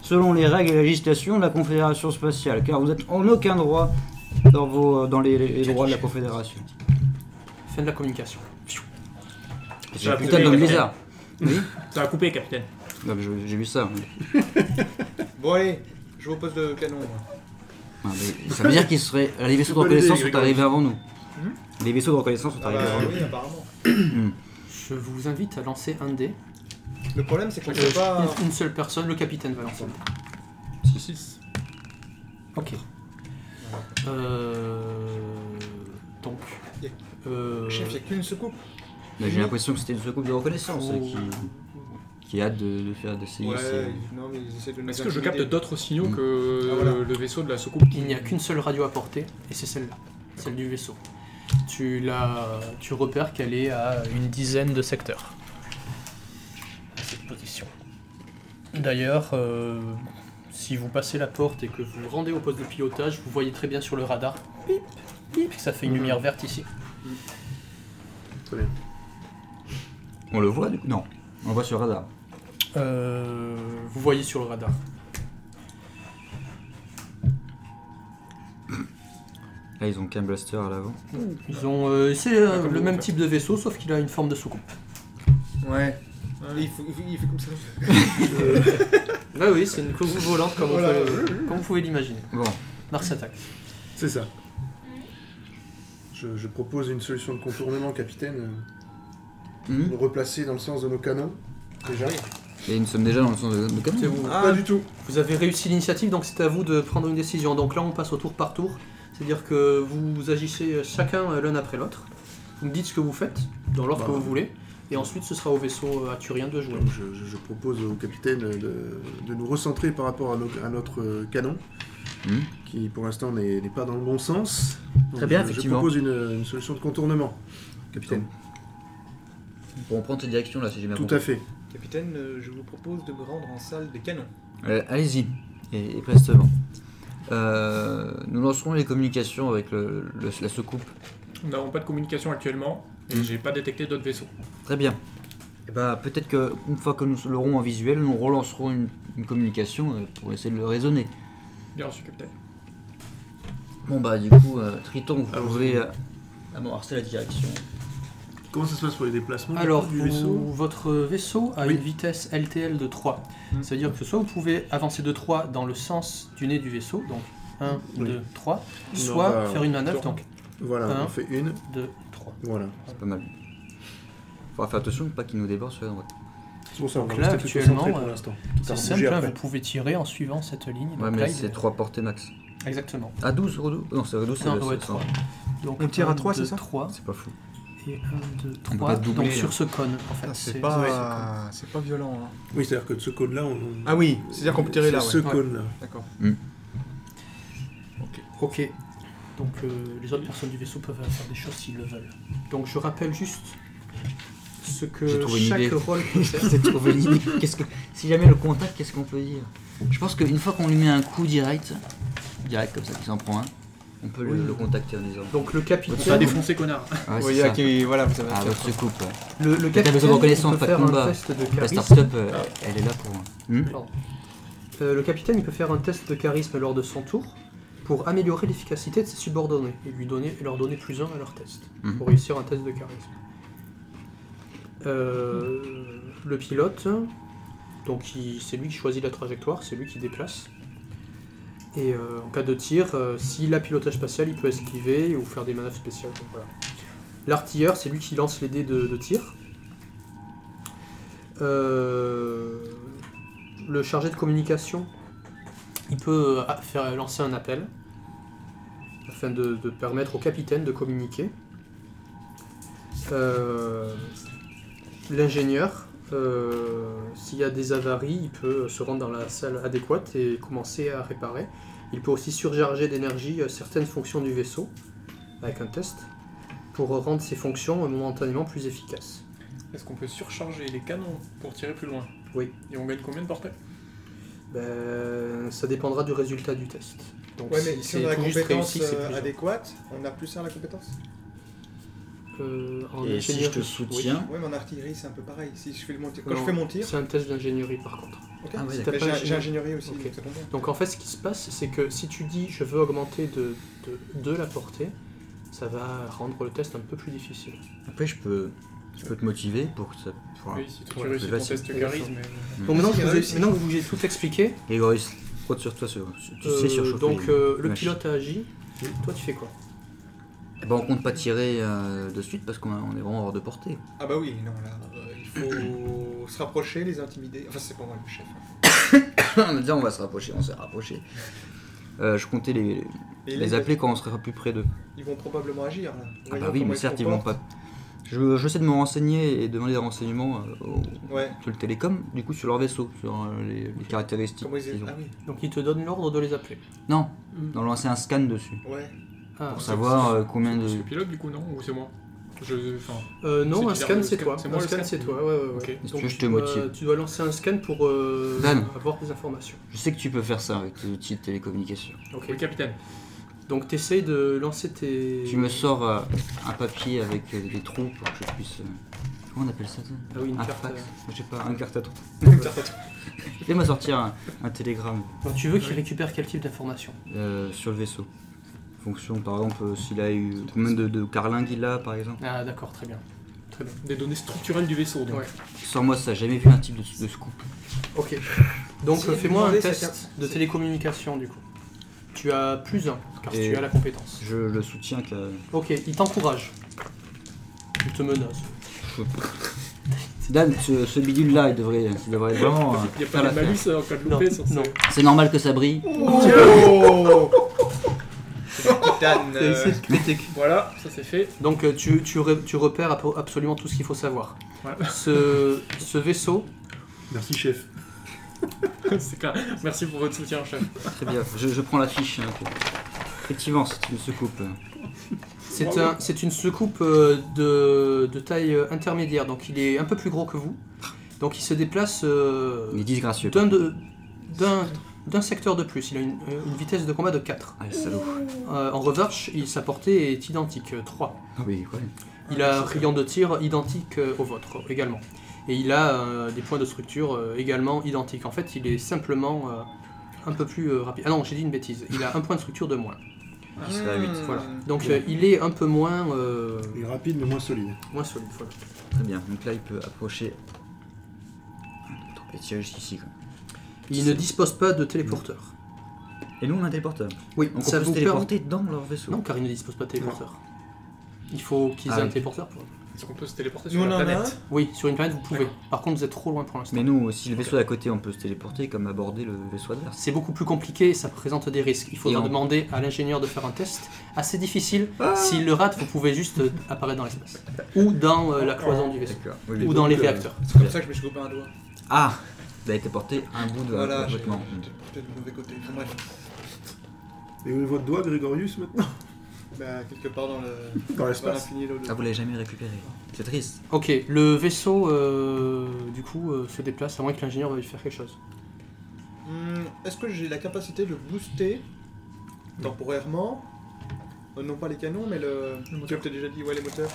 Selon les règles et la législation de la Confédération spatiale, car vous n'êtes en aucun droit dans, vos, dans les, les droits de la Confédération. Fin de la communication. C'est un putain d'homme lézard. Ça a coupé, capitaine. Non, mais je- J'ai lu ça. mais- Bon, allez, je repose le canon. hein. moi. Ah, mais ça veut dire qu'ils seraient. Les vaisseaux de Bonne idée, reconnaissance sont Grégory. arrivés avant nous. Hmm Les vaisseaux de reconnaissance sont Ah arrivés bah avant nous. oui, apparemment. Je vous invite à lancer un dé. Le problème, c'est qu'on Euh, peut pas. une- Une seule personne, le capitaine va lancer. 6. Ok. Euh... Donc. Euh... Chef, il n'y a qu'une secoupe. bah, Mais J'ai l'impression que c'était une secoupe de reconnaissance Oh. euh, qui, qui a hâte de, de faire d'essayer. Ouais, ses- non, mais ils essaient de nous Est-ce que je capte intimider. d'autres signaux Mm. que Ah, voilà. le vaisseau de la soucoupe Il n'y a qu'une seule radio à portée, et c'est celle-là, celle du vaisseau. Tu, la, tu repères qu'elle est à une dizaine de secteurs. À cette position. D'ailleurs, euh, si vous passez la porte et que vous vous rendez au poste de pilotage, vous voyez très bien sur le radar, pip, pip, que ça fait une lumière verte ici. On le voit du coup Non. On le voit sur le radar. Euh, vous voyez sur le radar. Là, ils ont qu'un blaster à l'avant. Ils ont, euh, c'est euh, Comme le nous, en même fait. type de vaisseau, sauf qu'il a une forme de soucoupe. Ouais. Ah, Il faut, il faut- il fait comme ça. Bah oui, c'est une soucoupe volante comme, on peut- comme vous pouvez l'imaginer. Bon, Mars attaque. C'est ça. Je, je propose une solution de contournement, capitaine. Euh, Hmm. Nous replacer dans le sens de nos canons. Déjà. et nous sommes déjà dans le sens de de canon. C'est vous. Ah, Pas du tout. Vous avez réussi l'initiative, donc c'est à vous de prendre une décision. Donc là, on passe au tour par tour. C'est-à-dire que vous agissez chacun euh, l'un après l'autre. Vous me dites ce que vous faites, dans l'ordre Bah. que vous voulez. Et ensuite, ce sera au vaisseau euh, aturien de jouer. Donc, je, je- je propose au capitaine de, de nous recentrer par rapport à, nos- à notre euh, canon, Hmm. qui pour l'instant n'est n'est pas dans le bon sens. Donc, Très bien, je- effectivement. Je propose une, une solution de contournement, capitaine. Pour en prendre cette direction là, si j'ai bien Tout à fait. Capitaine, euh, je vous propose de me rendre en salle des canons. Euh, Allez-y, et, et prestement. Euh, nous lancerons les communications avec le- le- la secoupe. Nous n'avons pas de communication actuellement et Mm. j'ai pas détecté d'autres vaisseaux. Très bien. Et bah, peut-être qu'une fois que nous l'aurons en visuel, nous relancerons une, une communication euh, pour essayer de le raisonner. Bien reçu, capitaine. Bon bah du coup, euh, Triton, vous Allons-y. pouvez euh, amorcer la direction. Comment ça se passe pour les déplacements du Alors, coup, du vous- vaisseau votre vaisseau a Oui. une vitesse LTL de 3. Hum. Mm. C'est-à-dire que soit vous pouvez avancer de 3 dans le sens du nez du vaisseau, donc 1, Oui. 2, 3, Non, soit bah, faire une manœuvre, tourne. donc Voilà, un. on fait une. 2, 3. Voilà. C'est pas mal. Faudra faire attention de pas qu'il nous déborde sur la droite. C'est pour ça, on Donc va là, rester plutôt actuellement, centré pour euh, l'instant. Quitte à C'est rebouger simple, hein, après. vous pouvez tirer en suivant cette ligne. Ouais, donc là, mais il- c'est 3 portées max. Exactement. À 12, au 12 Non, c'est à 12, c'est Non, le- ouais, c'est- trois. hein. Donc, On tire à un, trois, deux, c'est ça trois. C'est pas fou. Et 1, 2, On peut 3. pas doubler, Donc hein. sur ce cône, en Ah, fait. C'est pas, c'est pas violent. hein. Oui, c'est-à-dire que de ce cône-là, on. Ah oui, c'est-à-dire qu'on peut tirer C'est là. Ce Ouais. cône-là. D'accord. Ok. Donc euh, les autres personnes du vaisseau peuvent faire des choses s'ils le veulent. Donc je rappelle juste ce J'ai que trouvé une chaque idée. rôle peut faire. c'est trop validé. Qu'est-ce que si jamais le contact, qu'est-ce qu'on peut dire Je pense qu'une fois qu'on lui met un coup direct, direct comme ça, qu'il s'en prend un, on peut le, le contacter en disant. Donc le On va capitaine, défoncer, connard. Ah, Oui, ok, oui, voilà, vous avez Ah, un l'autre se coupe. ouais. le, le T'as besoin de capitaine reconnaissance, il peut pas de faire un combat. test de La charisme. start-up, euh, elle est là pour. Hmm Euh, le capitaine il peut faire un test de charisme lors de son tour pour améliorer l'efficacité de ses subordonnés et lui donner et leur donner plus un à leur test Mhm. pour réussir un test de charisme. Euh, le pilote, donc il- c'est lui qui choisit la trajectoire, c'est lui qui déplace. Et euh, en cas de tir, euh, s'il a pilotage spatial, il peut esquiver ou faire des manœuvres spéciales. donc voilà. L'artilleur, c'est lui qui lance les dés de, de tir. Euh, le chargé de communication, il peut euh, a- faire lancer un appel afin de, de permettre au capitaine de communiquer. Euh, L'ingénieur, euh, s'il y a des avaries, il peut se rendre dans la salle adéquate et commencer à réparer. Il peut aussi surcharger d'énergie euh, certaines fonctions du vaisseau avec un test pour rendre ses fonctions euh, momentanément plus efficaces. Est-ce qu'on peut surcharger les canons pour tirer plus loin Oui. Et on gagne combien de portées Ben, ça dépendra du résultat du test. Donc Ouais, mais si si on c'est a la tout juste compétence réussi, c'est euh, plus un. adéquate, on a plus un à la compétence euh, en Et si je te ingénierie. soutiens, Ouais, mais en artillerie, c'est un peu pareil. Si je fais le montir, quand Non. je fais mon Oui. tir, C'est un test d'ingénierie par contre. ok. Ah ouais, Mais t'as pas j'ai- j'ai ingénierie. ingénierie aussi, Ok. donc ça tombe bien. Donc en fait, ce qui se passe, c'est que si tu dis je veux augmenter de, de, de la portée, ça va rendre le test un peu plus difficile. après je peux, je peux te motiver pour que ça. pour- Oui, si tu Ouais, réussis c'est ton facile. test charisme. Donc maintenant que C'est vous vrai avez- aussi. maintenant que vous avez tout expliqué, Grégory, frotte sur toi, sur- tu euh, sais surchauffer. donc les- euh, les le machines. pilote a agi. Toi, tu fais quoi Eh ben, on compte pas tirer euh, de suite parce qu'on a- on est vraiment hors de portée. Ah bah oui, non, là, euh, il faut se rapprocher, les intimider. Enfin, c'est pas moi le chef. hein. Déjà, on va se rapprocher, on s'est rapproché. Euh, je comptais les, Et là, les appeler quand on sera plus près d'eux. Ils vont probablement agir, là. Ah Voyons bah oui, comment mais se certes, ils vont comportent. pas. Je, je sais de me renseigner et demander des renseignements euh, au- Ouais, sur le télécom, du coup sur leur vaisseau, sur euh, les, les caractéristiques comment qu'ils ils... ont. Ah oui, Donc il te donne l'ordre de les appeler. Non, on lancer un scan dessus ouais. Ah. pour savoir euh, combien C'est de. le pilote du coup, non Ou c'est moi Je. Enfin. Euh, non, C'est un bizarre, scan le c'est scan, toi. c'est moi un le scan scan c'est toi, ouais, ouais, ouais. Ok. Est-ce Donc, que je te tu dois- euh, motive Tu dois lancer un scan pour euh, Dan. avoir des informations. Je sais que tu peux faire ça avec tes outils de télécommunication. Ok. Oui, capitaine. Donc t'essayes de lancer tes. Tu me sors euh, un papier avec euh, des trous pour que je puisse. euh, Comment on appelle ça ça Ah oui, une Un carte. fax Je sais pas, un carte à trous. Une carte à trous. Fais-moi sortir un, un télégramme euh. Donc tu veux qu'il récupère quel type d'informations euh, sur le vaisseau. Fonction, par exemple, euh, s'il a eu combien de, de carlingues il a, par exemple. Ah d'accord, très bien. Très bien. Des données structurelles du vaisseau, donc. Ouais. Sors-moi ça, j'ai jamais vu un type de, de scoop. Ok. Donc Si euh, elle fais-moi un demandait sa test carte- de c'est- télécommunication du coup. Tu as plus un, car Et- tu as la compétence. Je le soutiens que. Ok, il t'encourage. Il te menace. Dan, ce, ce bidule-là, il devrait, il devrait vraiment euh, Il n'y a faire pas de l'affaire. malus euh, en cas de Non, loupé sur non. ce. C'est normal que ça brille. Dan, euh, Voilà, ça c'est fait. Donc euh, tu, tu, re- tu repères apo- absolument tout ce qu'il faut savoir. Ouais. Ce, ce vaisseau, Merci, chef. C'est clair. Merci pour votre soutien, chef. Très bien, je, je prends la fiche. hein, que- Effectivement, c'est une soucoupe. euh, c'est un, c'est une soucoupe euh, de, de taille euh, intermédiaire, donc il est un peu plus gros que vous. Donc il se déplace euh, Mais disgracieux. d'un de- d'un d'un secteur de plus. Il a une, euh, une vitesse de combat de 4. Ah, le salaud. en revanche, il, sa portée est identique, euh, 3. Ah oui, ouais. Il Ah, a un rayon de tir identique euh, au vôtre euh, également. Et il a euh, des points de structure euh, également identiques. En fait, il est simplement euh, un peu plus euh, rapide. Ah non, j'ai dit une bêtise. Il a un point de structure de moins. Il serait à 8. hmm, Voilà. Donc euh, il est un peu moins, euh, Il est rapide, mais moins solide. moins solide. voilà. Très bien, donc là, il peut approcher. Et tirer jusqu'ici. quoi. Il ne dispose pas de téléporteur. Et nous, on a un téléporteur. Oui, Donc ça on peut vous se permet. téléporter dans leur vaisseau. Non, car il ne dispose pas de téléporteur. Il faut qu'ils aient Ah un oui. téléporteur. Pour... Est-ce qu'on peut se téléporter Nous sur on la en a un. planète Oui, sur une planète vous pouvez. Par contre, vous êtes trop loin pour l'instant. Mais nous, si le vaisseau est à côté, on peut se téléporter comme aborder le vaisseau adverse. C'est beaucoup plus compliqué et ça présente des risques. Il faudra Et en- demander à l'ingénieur de faire un test assez difficile. S'il le rate, vous pouvez juste euh, apparaître dans l'espace. Ou dans euh, la cloison du vaisseau. D'accord. Oui, mais Ou dans donc, les euh, réacteurs. C'est comme ça que je me suis coupé un doigt. Ah Vous avez téléporté un bout de Voilà, votre j'ai vêtement. j'ai peut-être le mauvais côté. Enfin, bref, Et où est votre doigt, Grégorius, maintenant bah, quelque part dans le. Dans Dans l'espace. l'infini, l'au-delà. Ah, vous l'avez jamais récupéré. C'est triste. Ok, le vaisseau, euh, du coup, euh, se déplace à moins que l'ingénieur va lui faire quelque chose. Hmm, Est-ce que j'ai la capacité de booster temporairement euh, Non pas les canons, mais le. tu as peut-être déjà dit, ouais, les moteurs.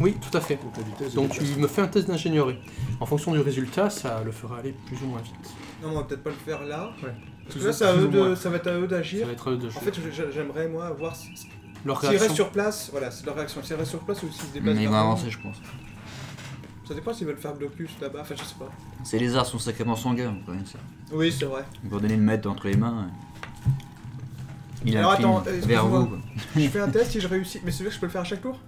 Oui, tout à fait. Donc, la vitesse de Donc tu déplacement. me fais un test d'ingénierie. En fonction du résultat, ça le fera aller plus ou moins vite. Non, mais on va peut-être pas le faire là. Ouais. Parce que Plus- là, c'est à plus eux ou de- moins. ça va être à eux Ça d'agir. va être de En fait, je- j'aimerais, moi, voir si- leur s'ils réaction. restent sur place. Voilà, c'est leur réaction. S'ils restent sur place ou s'ils se déplacent. Mais ils vont vers- avancer, je pense. Ça dépend s'ils veulent faire blocus là-bas. Enfin, je sais pas. Ces lézards sont sacrément sanguins, vous connaissez ça. Oui, c'est vrai. Vous leur donnez le mètre entre les mains. Il Alors, incline attends, vers excuse-moi. vous. quoi. je fais un test si je réussis. Mais c'est vrai que je peux le faire à chaque tour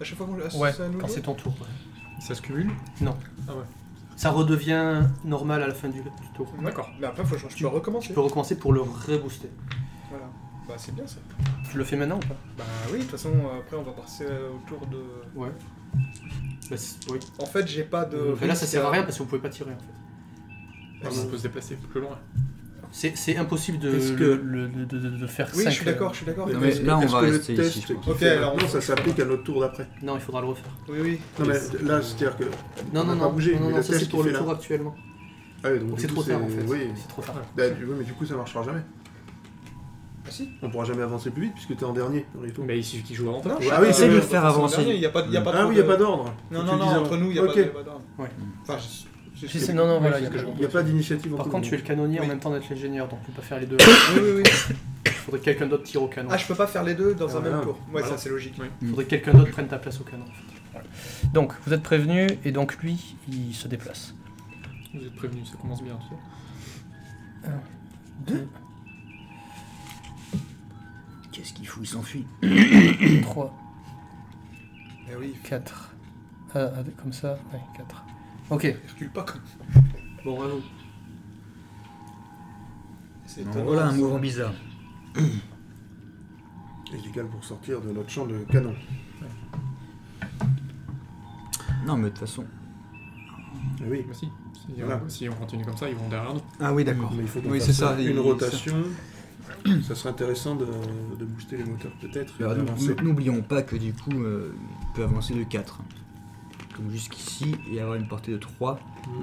À chaque fois qu'on. à- Ouais, c'est à nous quand deux c'est ton tour. ouais. Ça se cumule Ça redevient normal à la fin du, du tour. Ouais. D'accord. Mais après, faut que je- je peux Tu recommencer. peux recommencer pour le rebooster. Voilà. Bah, c'est bien ça. Tu le fais maintenant ou pas Bah oui, de toute façon, euh, après on va passer euh, autour de. Ouais. Bah, c'est- oui. En fait, j'ai pas de. Mais là, ça sert à rien parce que vous pouvez pas tirer en fait. Ah, Est-ce- On peut se déplacer plus loin. C'est, c'est impossible de, Est-ce que- le- le- de, de- de faire Oui, cinq, je suis d'accord, je suis d'accord. Non, Est-ce mais que- là, on est-ce va que le rester test ici, je qu'il crois. Ok, fait alors, maintenant, on ça s'applique à notre tour d'après. euh, Non, il faudra le refaire. Oui, oui. Non, mais là, c'est-à-dire que. Non, on non, a non, pas bougé, non, mais non, le ça test c'est qui pour le fait là. tour actuellement. Ah oui, donc Donc du c'est coup, trop tard en fait. Oui. C'est trop tard. Bah, du- oui, mais du coup, ça marchera jamais. Ah si On pourra jamais avancer plus vite puisque t'es en dernier. dans les tours. Mais il suffit qu'il joue avant toi. Non, Ah oui, essaie de euh, le faire avancer. Mm. Il n'y a pas, il y a pas Ah trop oui, il a de- pas d'ordre. Non, Tu non, le non, disais entre avant. nous, il n'y a Ok. pas d'ordre. Ouais. Enfin, je- je- Si, c'est- non, non, voilà, il y a Ouais, pas c'est Il n'y a pas d'initiative Par entre contre, nous. tu es le canonnier en Oui. même temps d'être l'ingénieur, donc tu peux pas faire les deux. Oui, oui, oui. Il faudrait que quelqu'un d'autre tire au canon. Ah, je peux pas faire les deux dans Ah, un même voilà. tour. Ouais, Voilà. ça c'est logique. Il faudrait que quelqu'un d'autre prenne ta place au canon. Donc, vous êtes prévenu, et donc lui, il se déplace. Vous êtes prévenus, ça commence bien tout ça. Qu'est-ce qu'il fout Il s'enfuit. 3, Eh oui, 4. Euh, avec- comme ça, ouais, 4. Ok, il recule pas comme Bon, à vous. C'est Bon, étonnant. Voilà un mouvement bizarre. Et du calme pour sortir de notre champ de canon. Non, mais de toute façon. Ah oui. Bah si, si, Voilà. on, si on continue comme ça, ils vont derrière nous. Ah oui, d'accord. Mais il faut qu'on Oui, fasse c'est ça, une il- rotation. Ça serait intéressant de, de booster les moteurs peut-être. et d'avancer. Bah, N'oublions pas que du coup, euh, il peut avancer de 4. Comme jusqu'ici, et avoir une portée de 3,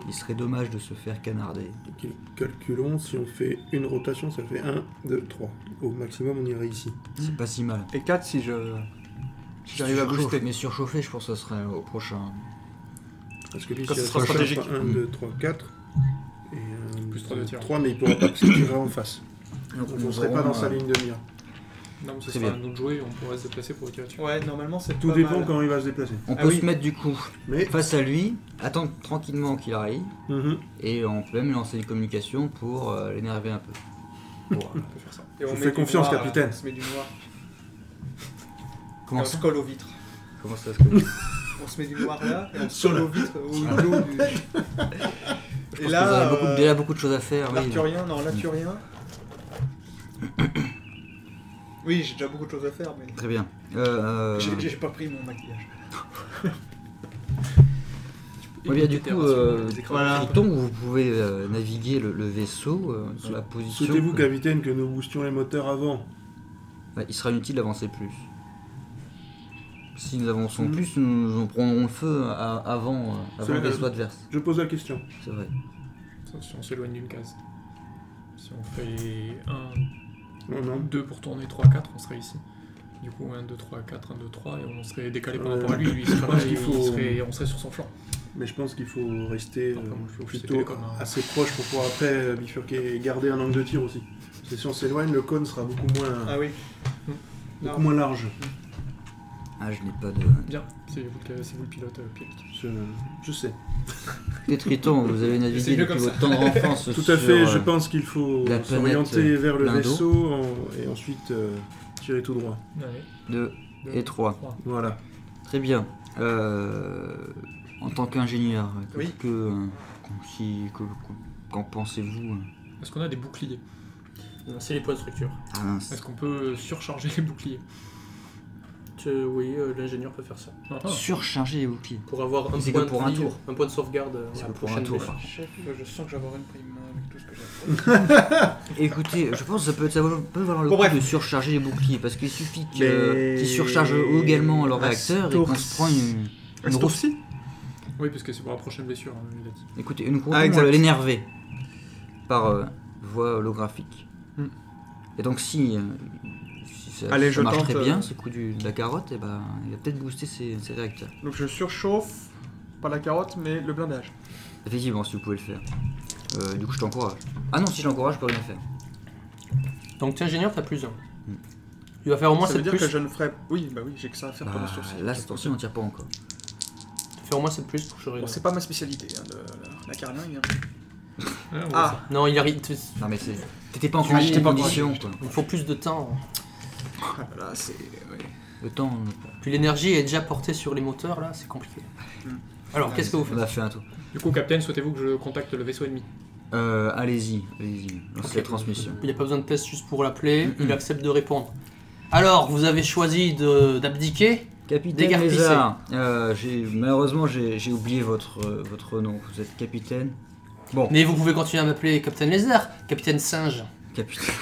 il serait dommage de se faire canarder. Ok, Calculons, si on fait une rotation, ça fait 1, 2, 3. Au maximum, on irait ici. C'est pas si mal. Et 4 si je. Si j'arrive à Surchauffe, booster. Mais surchauffé, je pense que ce serait au prochain. Parce que lui, Ça, s'il ce sera reste stratégique. 1, 2, 3, 4. Et Plus trois de tir. 3, mais il pourra pas parce qu'il tirera en face. Donc, Donc on serait pas dans sa ligne de mire. Non, mais ce Très sera bien. un autre jouet, on pourrait se déplacer pour le tirer dessus. Ouais, normalement c'est Tout pas dépend mal. comment il va se déplacer. On Ah peut oui. se mettre du coup Mais. face à lui, attendre tranquillement qu'il arrive, Mhm. et on peut même lancer une communication pour euh, l'énerver un peu. Pour, euh, On peut faire ça. Et Je on vous met fais du confiance, noir, là. capitaine. On se met du noir. Et comment, on se ça, colle aux vitres. comment ça se communique On se met du noir là et on se Sur colle la- aux vitres au hublot du. Je Et pense que vous avez là, beaucoup, euh, déjà beaucoup de choses à faire. oui. l'arthurien, non, l'arthurien. Oui, j'ai déjà beaucoup de choses à faire, mais Très bien. Euh, euh, j'ai j'ai pas pris mon maquillage. Oui, bien, du coup, euh, Voilà. Triton, vous pouvez euh, naviguer le, le vaisseau euh, dans la position. Souhaitez-vous, que- capitaine, que nous boostions les moteurs avant Ouais, il sera inutile d'avancer plus. Si nous avançons plus, nous, nous en prendrons le feu à- avant, euh, C'est avant le vrai. vaisseau adverse. Je pose la question. C'est vrai. Sauf si on s'éloigne d'une case. Si on fait 1, Non, non. 2 pour tourner 3, 4, on serait ici. Du coup, 1, 2, 3, 4, 1, 2, 3, et on serait décalé par Ouais. rapport à lui. Lui, il serait pas là, Il et faut- il serait- on serait sur son flanc. Mais je pense qu'il faut rester Non, euh, pas moi, je trouve que c'est plutôt télécom, hein. assez proche pour pouvoir après euh, bifurquer et garder un angle de tir aussi. Parce que si on s'éloigne, le cône sera beaucoup moins, Ah oui. beaucoup moins large. Ah, je n'ai pas de. Bien, c'est vous, le- c'est vous le pilote, euh, pilote. Je, je sais. Des Triton, vous avez C'est navigué mieux depuis comme votre tendre enfance. Tout à sur, fait, euh, je pense qu'il faut la planète, s'orienter euh, vers le Lindo. vaisseau en- et ensuite euh, tirer tout droit. Allez, Deux deux, et trois. trois. Voilà. Très bien. Euh, en tant qu'ingénieur, qu'est-ce Oui. que, euh, si- que- que- qu'en pensez-vous euh, Est-ce qu'on a des boucliers Non, C'est les points de structure. Ah mince. Est-ce qu'on peut surcharger les boucliers Tu- oui, euh, l'ingénieur peut faire ça. Ah, ah. Surcharger les boucliers. Pour avoir un C'est point que pour un de vie, tour. un point de sauvegarde. euh, C'est à que la pour un prochaine tour. défense. Chef, euh, je sens que je vais avoir une prime avec tout ce que j'ai. Écoutez, je pense que ça peut, ça vaut- peut valoir le Bon, coup bref. de surcharger les boucliers parce qu'il suffit que- euh, Mais- qu'ils surchargent également leur Un réacteur et tour- qu'on se prend une, Un une grosse. tour-ci Oui, parce que c'est pour la prochaine blessure, hein, il a dit. Écoutez, nous comptons Ah, exact. l'énerver par euh, voie holographique. Hmm. Et donc, si, euh, si ça, Allez, ça je marche tente, très euh, bien, ce coup du- de la carotte, et ben, il va peut-être booster ses, ses réacteurs. Donc je surchauffe, pas la carotte, mais le blindage. Effectivement, si vous pouvez le faire. Euh, du coup, je t'encourage. Ah non, si je l'encourage, je peux rien faire. Donc, t'es ingénieur, t'as plus un. Mm. Il va faire au moins ça veut 7 dire plus. que je ne ferai. Oui, bah oui, j'ai que ça à faire Bah, pendant ce tour-ci. là, cette tour-ci, on tire pas encore. Faire au moins 7 plus pour que je Bon, réussisse. c'est pas ma spécialité, hein, le- le- la carlingue. hein. Ah, on va Ah, Non, il arrive. t- Non, mais c'est. T'étais pas en Tu- j'étais pas en condition, quoi. Il faut plus de temps. ah là, là, c'est. ouais. Le temps, Puis l'énergie est déjà portée sur les moteurs, là, c'est compliqué. Mm. Alors, qu'est-ce que vous on faites a fait un tour. Du coup, Capitaine, souhaitez-vous que je contacte le vaisseau ennemi Euh, allez-y, allez-y, lancez Ok. la transmission. Il n'y a pas besoin de test juste pour l'appeler, Mm-mm. il accepte de répondre. Alors, vous avez choisi de- d'abdiquer Capitaine Dégarpissez. Lézard, euh, j'ai- malheureusement j'ai j'ai oublié votre, euh, votre nom. Vous êtes capitaine Bon, Mais vous pouvez continuer à m'appeler Capitaine Lézard, Capitaine Singe. capitaine.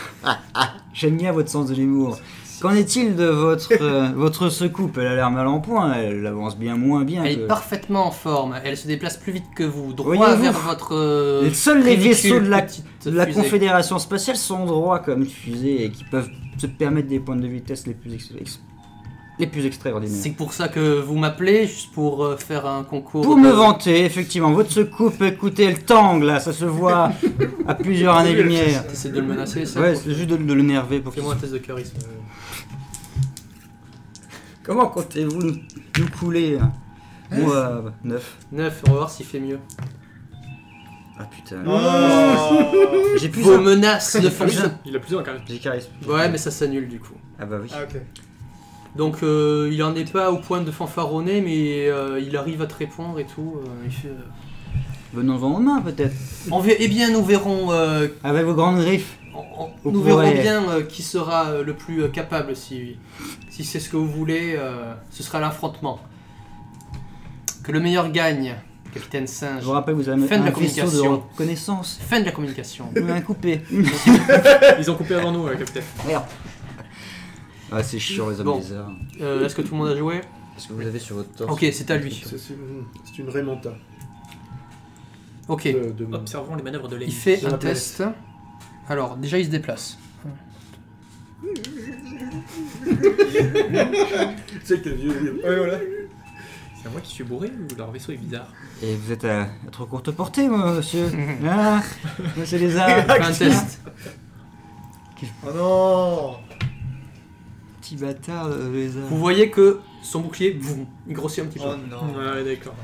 J'aime bien votre sens de l'humour. Qu'en est-il de votre, euh, votre secoupe Elle a l'air mal en point, elle avance bien moins bien. Elle que- est parfaitement en forme, elle se déplace plus vite que vous, droit Euh. Voyez-vous, vers votre. euh, les- seuls les ridicule vaisseaux de la- petite La fusée. Confédération spatiale sont droits comme fusées et qui peuvent se permettre des points de vitesse les plus, ex- ex- les plus extraordinaires. C'est pour ça que vous m'appelez, juste pour euh, faire un concours. Pour de- me vanter, effectivement, votre secoupe peut coûter le tangle, là, ça se voit à plusieurs années-lumière. T'essaies de le menacer, ça Ouais, c'est juste de, de l'énerver pour qu'il Fais-moi un test de charisme. Comment comptez-vous nous, nous couler hein Bon, 9. 9, on va voir s'il fait mieux. Ah putain. Ah. Oh. J'ai plus Vos un. menaces ne plus fonctionnent. Il a plusieurs caractères. J'ai charisme. Ouais, mais ça s'annule du coup. Ah bah oui. Ah, ok. Donc euh, il en est pas au point de fanfaronner, mais euh, il arrive à te répondre et tout. euh, il fait, euh, Venons-en en main peut-être. On ver- Eh bien, nous verrons. euh, Avec vos grandes griffes. on- on- Vous nous pourrez- verrons bien euh, qui sera euh, le plus euh, capable si, si c'est ce que vous voulez. euh, ce sera l'affrontement. Que le meilleur gagne, capitaine Je singe. vous rappelle, vous avez Fin de un la faisceau de communication. reconnaissance. Fin de la communication. Vous m'avez coupé. Ils ont coupé avant nous, euh, capitaine. Ah c'est chiant les hommes Bon. bizarres. Euh, Est-ce que tout le monde a joué Est-ce que vous avez sur votre torse Ok, c'est à lui. C'est c'est une, c'est une Raymanta. Ok. de- de- Observons les manœuvres de Il l'ennemi. fait Sur la un test. Alors, déjà, il se déplace. Tu sais que t'es vieux. Ouais, voilà. C'est moi qui suis bourré ou leur vaisseau est bizarre Et vous êtes à, à trop courte portée, moi, monsieur. ah, monsieur Lézard. Il fait un test. Oh non Petit bâtard, euh, le Lézard. Vous voyez que son bouclier, boum, il grossit un petit peu. Oh non Ah, Ouais, d'accord.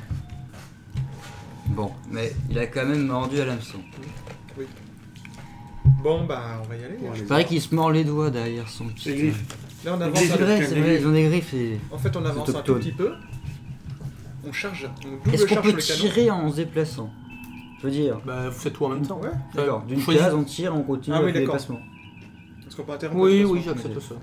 Bon, mais il a quand même mordu à l'hameçon. Bon, bah, on va y aller. Bon, allez. Il paraît qu'il se mord les doigts derrière son petit. euh, Les griffes. Là, on C'est avance. à- vrai, c'est vrai, ils ont des griffes et. En fait, on avance un tout autochtone. petit peu. On charge. On double Est-ce qu'on charge peut le canon. tirer en se déplaçant Je veux dire. Bah, vous faites tout en même temps. Ouais. D'accord, d'une choisis- case, on tire, on continue Ah oui, avec le d'accord. déplacement. Est-ce qu'on peut interrompre Oui, le oui, placement j'accepte ça.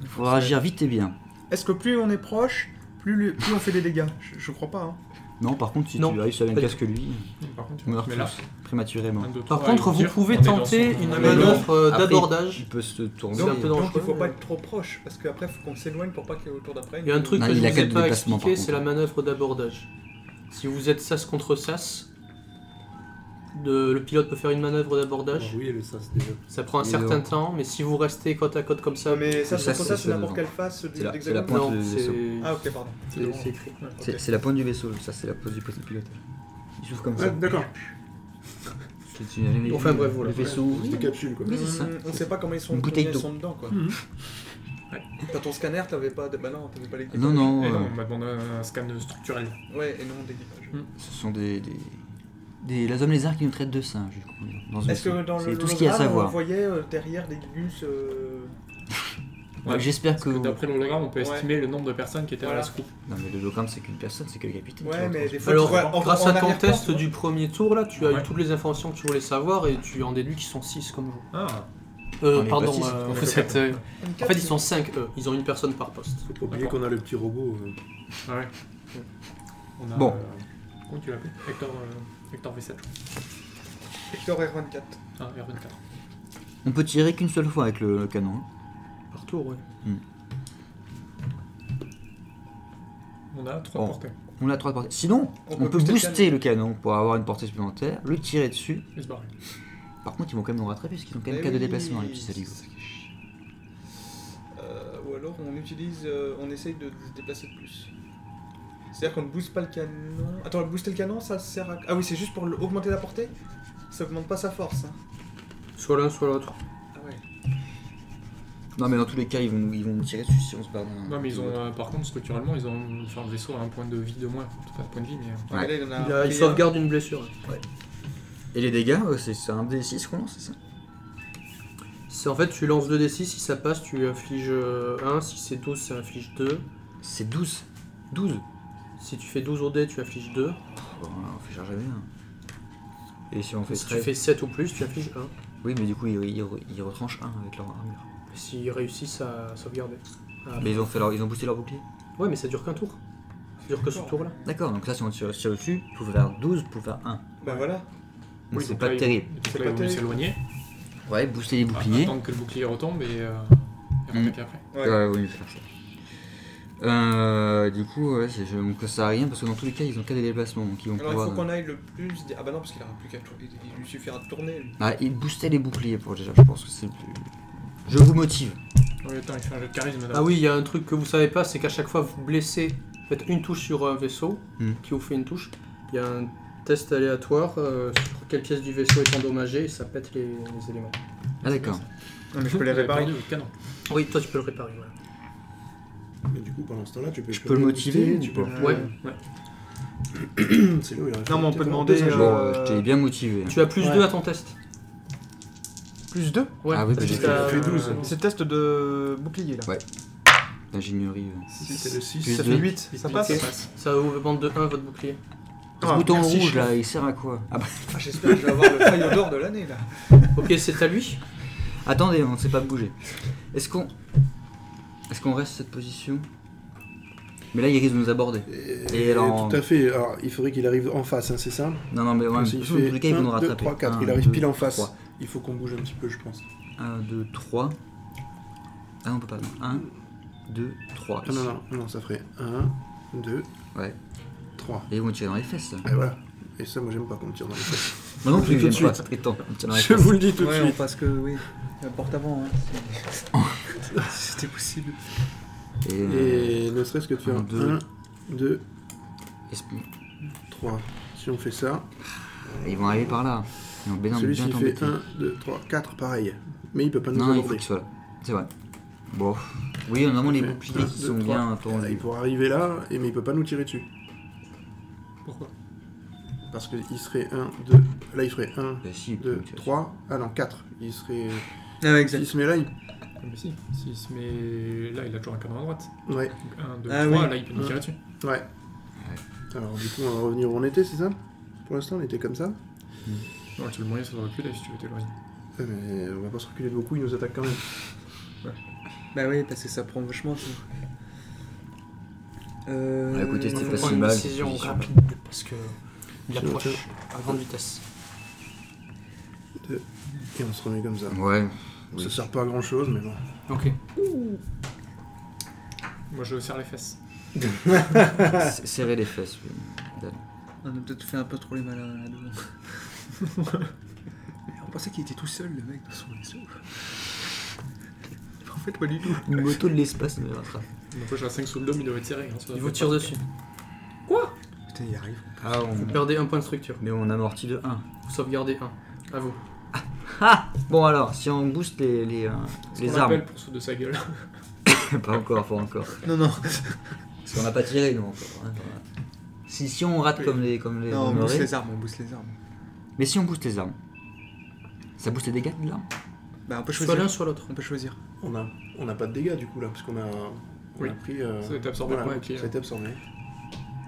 Il faut agir vite et bien. Est-ce que plus on est proche, plus, le- plus on fait des dégâts je, je crois pas. Hein. Non, par contre, si Non, tu arrives sur la pas même du case que lui, Par contre, tu meurs mais là, tous prématurément. un, deux, Par trois, contre, il vous tire, pouvez on est dans tenter son- une Après, manœuvre euh, Après, d'abordage. Il peut se tourner. C'est un peu Donc, il faut dangereux. pas être trop proche, parce qu'après, faut qu'on s'éloigne pour pas qu'il y ait autour d'après. Il y a un truc Non, que je il a vous quatre ai de pas déplacement, expliqué, par c'est la manœuvre d'abordage. Si vous êtes sas contre sas, de- le pilote peut faire une manœuvre d'abordage. Oui, le sas déjà. Ça prend un Mais certain non. temps, mais si vous restez côte à côte comme ça, Non, mais ça, Ça, c'est c'est ça, c'est ça n'importe devant. quelle face C'est la- de c'est la l'hexagone. pointe. non, de- c'est Ah, ok, pardon. c'est- c'est écrit. Ouais, ok. C'est c'est la pointe du vaisseau, ça c'est la pose du petit pilote. Il s'ouvre comme Ah, bah, ça. d'accord. Tu- tu n'as jamais vu Enfin, bref, voilà. Le vaisseau. ouvre. C'était capsule quoi. Oui, c'est ça. Hum, On sait pas comment ils sont, Une bouteille combien ils d'eau. sont dedans, quoi. Mhm. Ouais. Ouais. Dans ton scanner, t'avais pas, de... bah non, t'avais pas l'équipage. Non, non, Et non, euh, on m'a demandé un scan structurel. Ouais, et non, d'équipage. ce sont des. des... des- les hommes lézards qui nous traitent de singes, je crois, dans ce Est-ce que vaisseau. dans le C'est tout ce qu'il y a à hologramme, on savoir. voyait euh, derrière des gus euh, Ouais, J'espère que. Parce que d'après l'hologramme, on peut Ouais. estimer le nombre de personnes qui étaient à Voilà. la scoop. Non, mais le hologramme, c'est qu'une personne, c'est que le capitaine. qui Ouais, le mais transporte. des fois, Alors, tu vois, en- grâce en à ton arrière-plan, test tu vois. du premier tour, là, tu as eu Ouais. toutes les informations que tu voulais savoir et tu en déduis qu'ils sont 6 comme vous. Ah, Euh, On est pas pardon, six, euh, on est vous pas êtes, euh, Une En carte, fait, ils sont 5 eux, ils ont une personne par poste. Faut pas oublier D'accord. qu'on a le petit robot. euh, ah ouais. On a, Bon. euh, Comment tu l'appelles Hector, euh, Hector V7. Victor R24. Ah, R24. On peut tirer qu'une seule fois avec le, le canon. Par tour, ouais. On a 3 Bon. portées. On a trois portées. Sinon, On on, peut peut, booster le booster le canon. pour avoir une portée supplémentaire, le tirer dessus. Et se barrer. Par contre, ils vont quand même nous rattraper parce qu'ils ont quand même Eh cas de oui, déplacement, les petits c'est saligots. ça qui est chiant. Euh, ou alors on utilise, euh, on essaye de se déplacer de plus. C'est-à-dire qu'on ne booste pas le canon. Attends, booster le canon, ça sert à. Ah oui, c'est juste pour le- augmenter la portée Ça augmente pas sa force. Hein. Soit l'un, soit l'autre. Ah ouais. Non, mais dans tous les cas, ils vont, ils vont nous tirer dessus si on se barre d'un. Non, mais ils ont, euh, par contre, structurellement, ils ont. Enfin, le vaisseau a un point de vie de moins. Pas de point de vie, mais. euh, Ouais. Là, il en a. Il, a- il pris un. sauvegarde une blessure. Et les dégâts, euh, c'est c'est un D6 qu'on lance, c'est ça C'est en fait, tu lances 2d6, si ça passe, tu infliges 1, si c'est 12, ça inflige 2. C'est 12. 12 Si tu fais 12 au dé, tu infliges 2. Bon, là, on fait charger bien. Et si on fait Si tu 13 fais 7 ou plus, tu infliges 1. Oui, mais du coup, ils, ils re- ils retranchent un avec leur armure. S'ils réussissent à sauvegarder. Ah. Mais ils ont, fait leur, ils ont boosté leur bouclier. Ouais, mais ça dure qu'un tour. Ça dure que ce tour-là. D'accord, donc là, si on tire, tire dessus, il faut faire 12 pour faire 1. Bah voilà. Donc oui, c'est donc pas là, ils- terrible. donc C'est pas là, ils vont Ah, terrible. s'éloigner. Ouais, booster les boucliers. Attendre que le bouclier retombe et. euh, et Mm. rattaquer après. Ouais. Ouais, oui, faire ça. Euh, du coup, ouais, c'est- je ne ça à rien parce que dans tous les cas, ils ont qu'à des déplacements. Donc ils vont Alors il pouvoir. faut qu'on aille le plus. Ah bah non, Bah, parce qu'il aura plus qu'à tourner. Il lui suffira de tourner. lui. Ah, ils boostaient les boucliers pour déjà, je pense que c'est le plus. Je vous motive. Oui, attends, il fait un jeu de charisme. d'abord. Ah oui, il y a un truc que vous savez pas, c'est qu'à chaque fois vous blessez, vous faites une touche sur un vaisseau Hmm. qui vous fait une touche. Il y a un test aléatoire euh, sur quelle pièce du vaisseau est endommagée et ça pète les, les éléments. Ah d'accord. Non, mais je peux les réparer. Perdu votre canon. Oui, toi tu peux le réparer. voilà. Mais du coup, pendant ce temps-là, tu peux. Je peux le motiver Tu ou peux. Ouais. Euh, C'est là où il aurait Non, mais on peut fallu demander. peut-être un Bon, jeu. euh, euh, je t'ai bien motivé. Tu as plus 2 à ton test. Plus 2 Ouais, Ah oui, t'as plus bah, j'ai deux Euh, à- fait 12. C'est le test de bouclier là. Ouais. L'ingénierie. euh. Si c'est le 6. Plus Ça deux. fait 8, ça Ok. passe Ça vous demande de 1 votre bouclier. Ah, Ce bouton merci, rouge chef. là, il sert à quoi Ah bah, Ah, J'espère que je vais avoir le faillot d'or de l'année là. Ok, c'est à lui. Attendez, on ne sait pas bouger. Est-ce qu'on. Est-ce qu'on reste cette position Mais là, il risque de nous aborder. Et alors- Tout à fait. Alors, il faudrait qu'il arrive en face, hein, c'est ça Non, non, mais ouais, Comme de s'il toute façon, dans tous les cas, fait ils vont nous 1, 2, rattraper. 3, 4. Il arrive pile en face. Il faut qu'on bouge un petit peu, je pense. 1, 2, 3. Ah, on peut pas. 1, 2, 3. Non, non, non, non, ça ferait 1, 2, Ah, Ouais. 3. Et ils vont tirer dans les fesses là. Et voilà. Et ça, moi, j'aime pas qu'on me tire dans les fesses. Non, non, Je plus vous le j'aime dis tout pas. de c'est Étant, on tire dans les je fesses. vous le dis tout de Ouais, suite. parce que oui, un porte-avant. Hein, si- si c'était possible. Et. euh, Et ne serait-ce que de faire un, deux. 1, 2, est-ce- 3. Si on fait ça, Ils vont arriver par là. Ils vont bien, celui-ci bien il t'embêter. fait 1, 2, 3, 4, pareil. Mais il peut pas nous Non, il faut aborder. qu'il soit là. C'est vrai. Bon. Oui, on a vraiment les Parfait. boucliers Un, qui deux, sont trois. bien Il tendus. pourra arriver là, et, mais il peut pas nous tirer dessus. Pourquoi Parce qu'il serait 1, 2. Là, il ferait 1, Bah, si, ils peuvent 2, nous tirer 3. Ah non, 4. Il serait. Ah, ouais, exact. S'il se met là, il. Ah, Mais si, s'il se met là, il a toujours un canon à droite. Ouais, Donc 1, 2, Ah 3, oui. là, il peut nous tirer dessus. ouais. Alors, du coup, on va revenir où on était, c'est ça Pour l'instant, on était comme ça. Non, le seul moyen, c'est de reculer si tu veux t'éloigner. Ouais, Euh, Mais on va pas se reculer de beaucoup, il nous attaque quand même. Bah oui, parce que ça prend vachement de temps. Euh... Ouais, écoutez, Il c'était faut pas prendre si une Bah, mal. décision cette position. rapide parce que il approche à grande vitesse. Et on se remet comme ça. euh, Ouais. Oui. Ça sert pas à grand chose, mais bon. Ok. Moi, je serre les fesses. S- Serrer les fesses. oui. On a peut-être fait un peu trop les malins là dedans On pensait qu'il était tout seul le mec dans son vaisseau. En fait, pas du tout. Une moto de l'espace nous rattrape. Donc, moi, j'ai un 5 sous le dôme, il devait tirer. hein, ça Il doit vous faire tire pas. dessus. Putain, il arrive. Ah, on... Vous perdez un point de structure. Mais on amortit de 1. Vous sauvegardez un. À vous. Ah Bon alors, si on booste les, les, euh, Ce les qu'on armes. appelle pour ceux de sa gueule. pas encore, pas encore. Non, non. Parce qu'on n'a pas tiré nous encore. hein, voilà. Si, si on rate comme les, comme les Non, on honorés- booste les armes, on booste les armes. Mais si on booste les armes. Ça booste les dégâts de l'arme Bah, on peut Soit choisir. l'un, soit l'autre. On peut choisir. On a, on a pas de dégâts du coup là, parce qu'on a, on Oui. a pris. euh, Ça a été absorbé par le bouclier. Ça a été absorbé.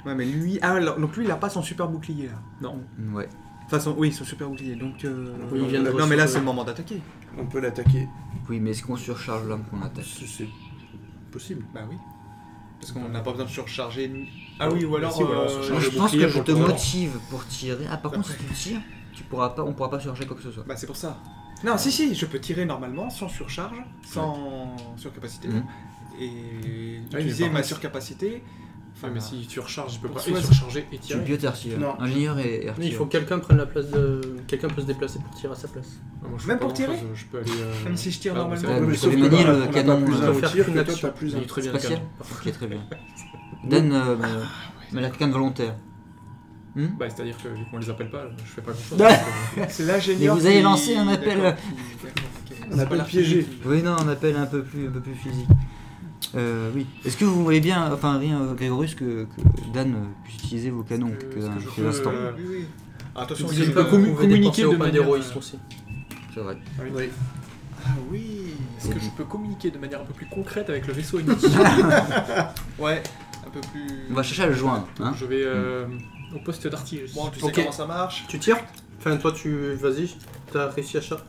Ouais, mais lui. Ah, alors, donc lui, il a pas son super bouclier là. Ouais. Enfin, son... oui, son super bouclier. Donc. euh, Oui, il vient de Non, mais là, recevoir- c'est le moment d'attaquer. On peut l'attaquer Oui, mais est-ce qu'on surcharge l'arme qu'on attaque si c'est possible. Bah oui. Parce qu'on n'a pas besoin de surcharger. ni- Ah oui, ou alors. si, ou alors, on euh, surcharge. Moi, Charger je le pense bouclier que je pour te le tour. motive pour tirer. Ah, par contre, si tu tires, tu pourras pas, on pourra pas surcharger quoi que ce soit. Bah c'est pour ça. Non, si, si, je peux tirer normalement, sans surcharge, sans surcapacité, Mhm. et mais utiliser par ma contre- surcapacité. Enfin, mais si tu recharges, tu peux pas Soit- et surcharger et Tu es tirer. biothertier. Non. Ingénieur et et Il faut artilleur. que quelqu'un prenne la place de. Quelqu'un peut se déplacer pour tirer à sa place. Ah, moi, je fais Même pas pour tirer grand-chose, Je peux aller. euh, Même si je tire ah, normalement. mais Ouais, c'est- mais mais je sauf savais que manier là, le on a canon, pas plus euh, un au faire tir qu'une que toi, action. t'as plus Il un. est très bien. le Spatial. canon. Ok, très bien. Dan, euh, mais la de volontaire. Hmm Bah, c'est-à-dire que vu qu'on les appelle pas, je fais pas grand-chose. C'est l'ingénieur. Mais vous avez qui- lancé un appel. D'accord, qui- d'accord, ok. C'est On pas appelle l'artillerie piégé. qui- Oui, non, un appel un peu plus, un peu plus physique. Euh, oui. Est-ce que vous voulez bien, enfin rien, euh, Grégorus, que, que Dan euh, puisse utiliser vos canons Est-ce que- quelques, est-ce que je quelques peux, instants euh, Oui, oui. Ah, attention, Vous je- avez pas euh, commu- Vous pouvez communiquer dépenser de au point manière, d'héroïsme euh, aussi. C'est vrai. Oui. Ah oui. Est-ce que je peux communiquer de manière un peu plus concrète avec le vaisseau ennemi Ouais, un peu plus. On va chercher à le joindre. Hein Je vais euh, au poste d'artillerie. Bon, tu sais Ok. comment ça marche. Tu tires Enfin, toi, tu. Vas-y, t'as réussi à charger.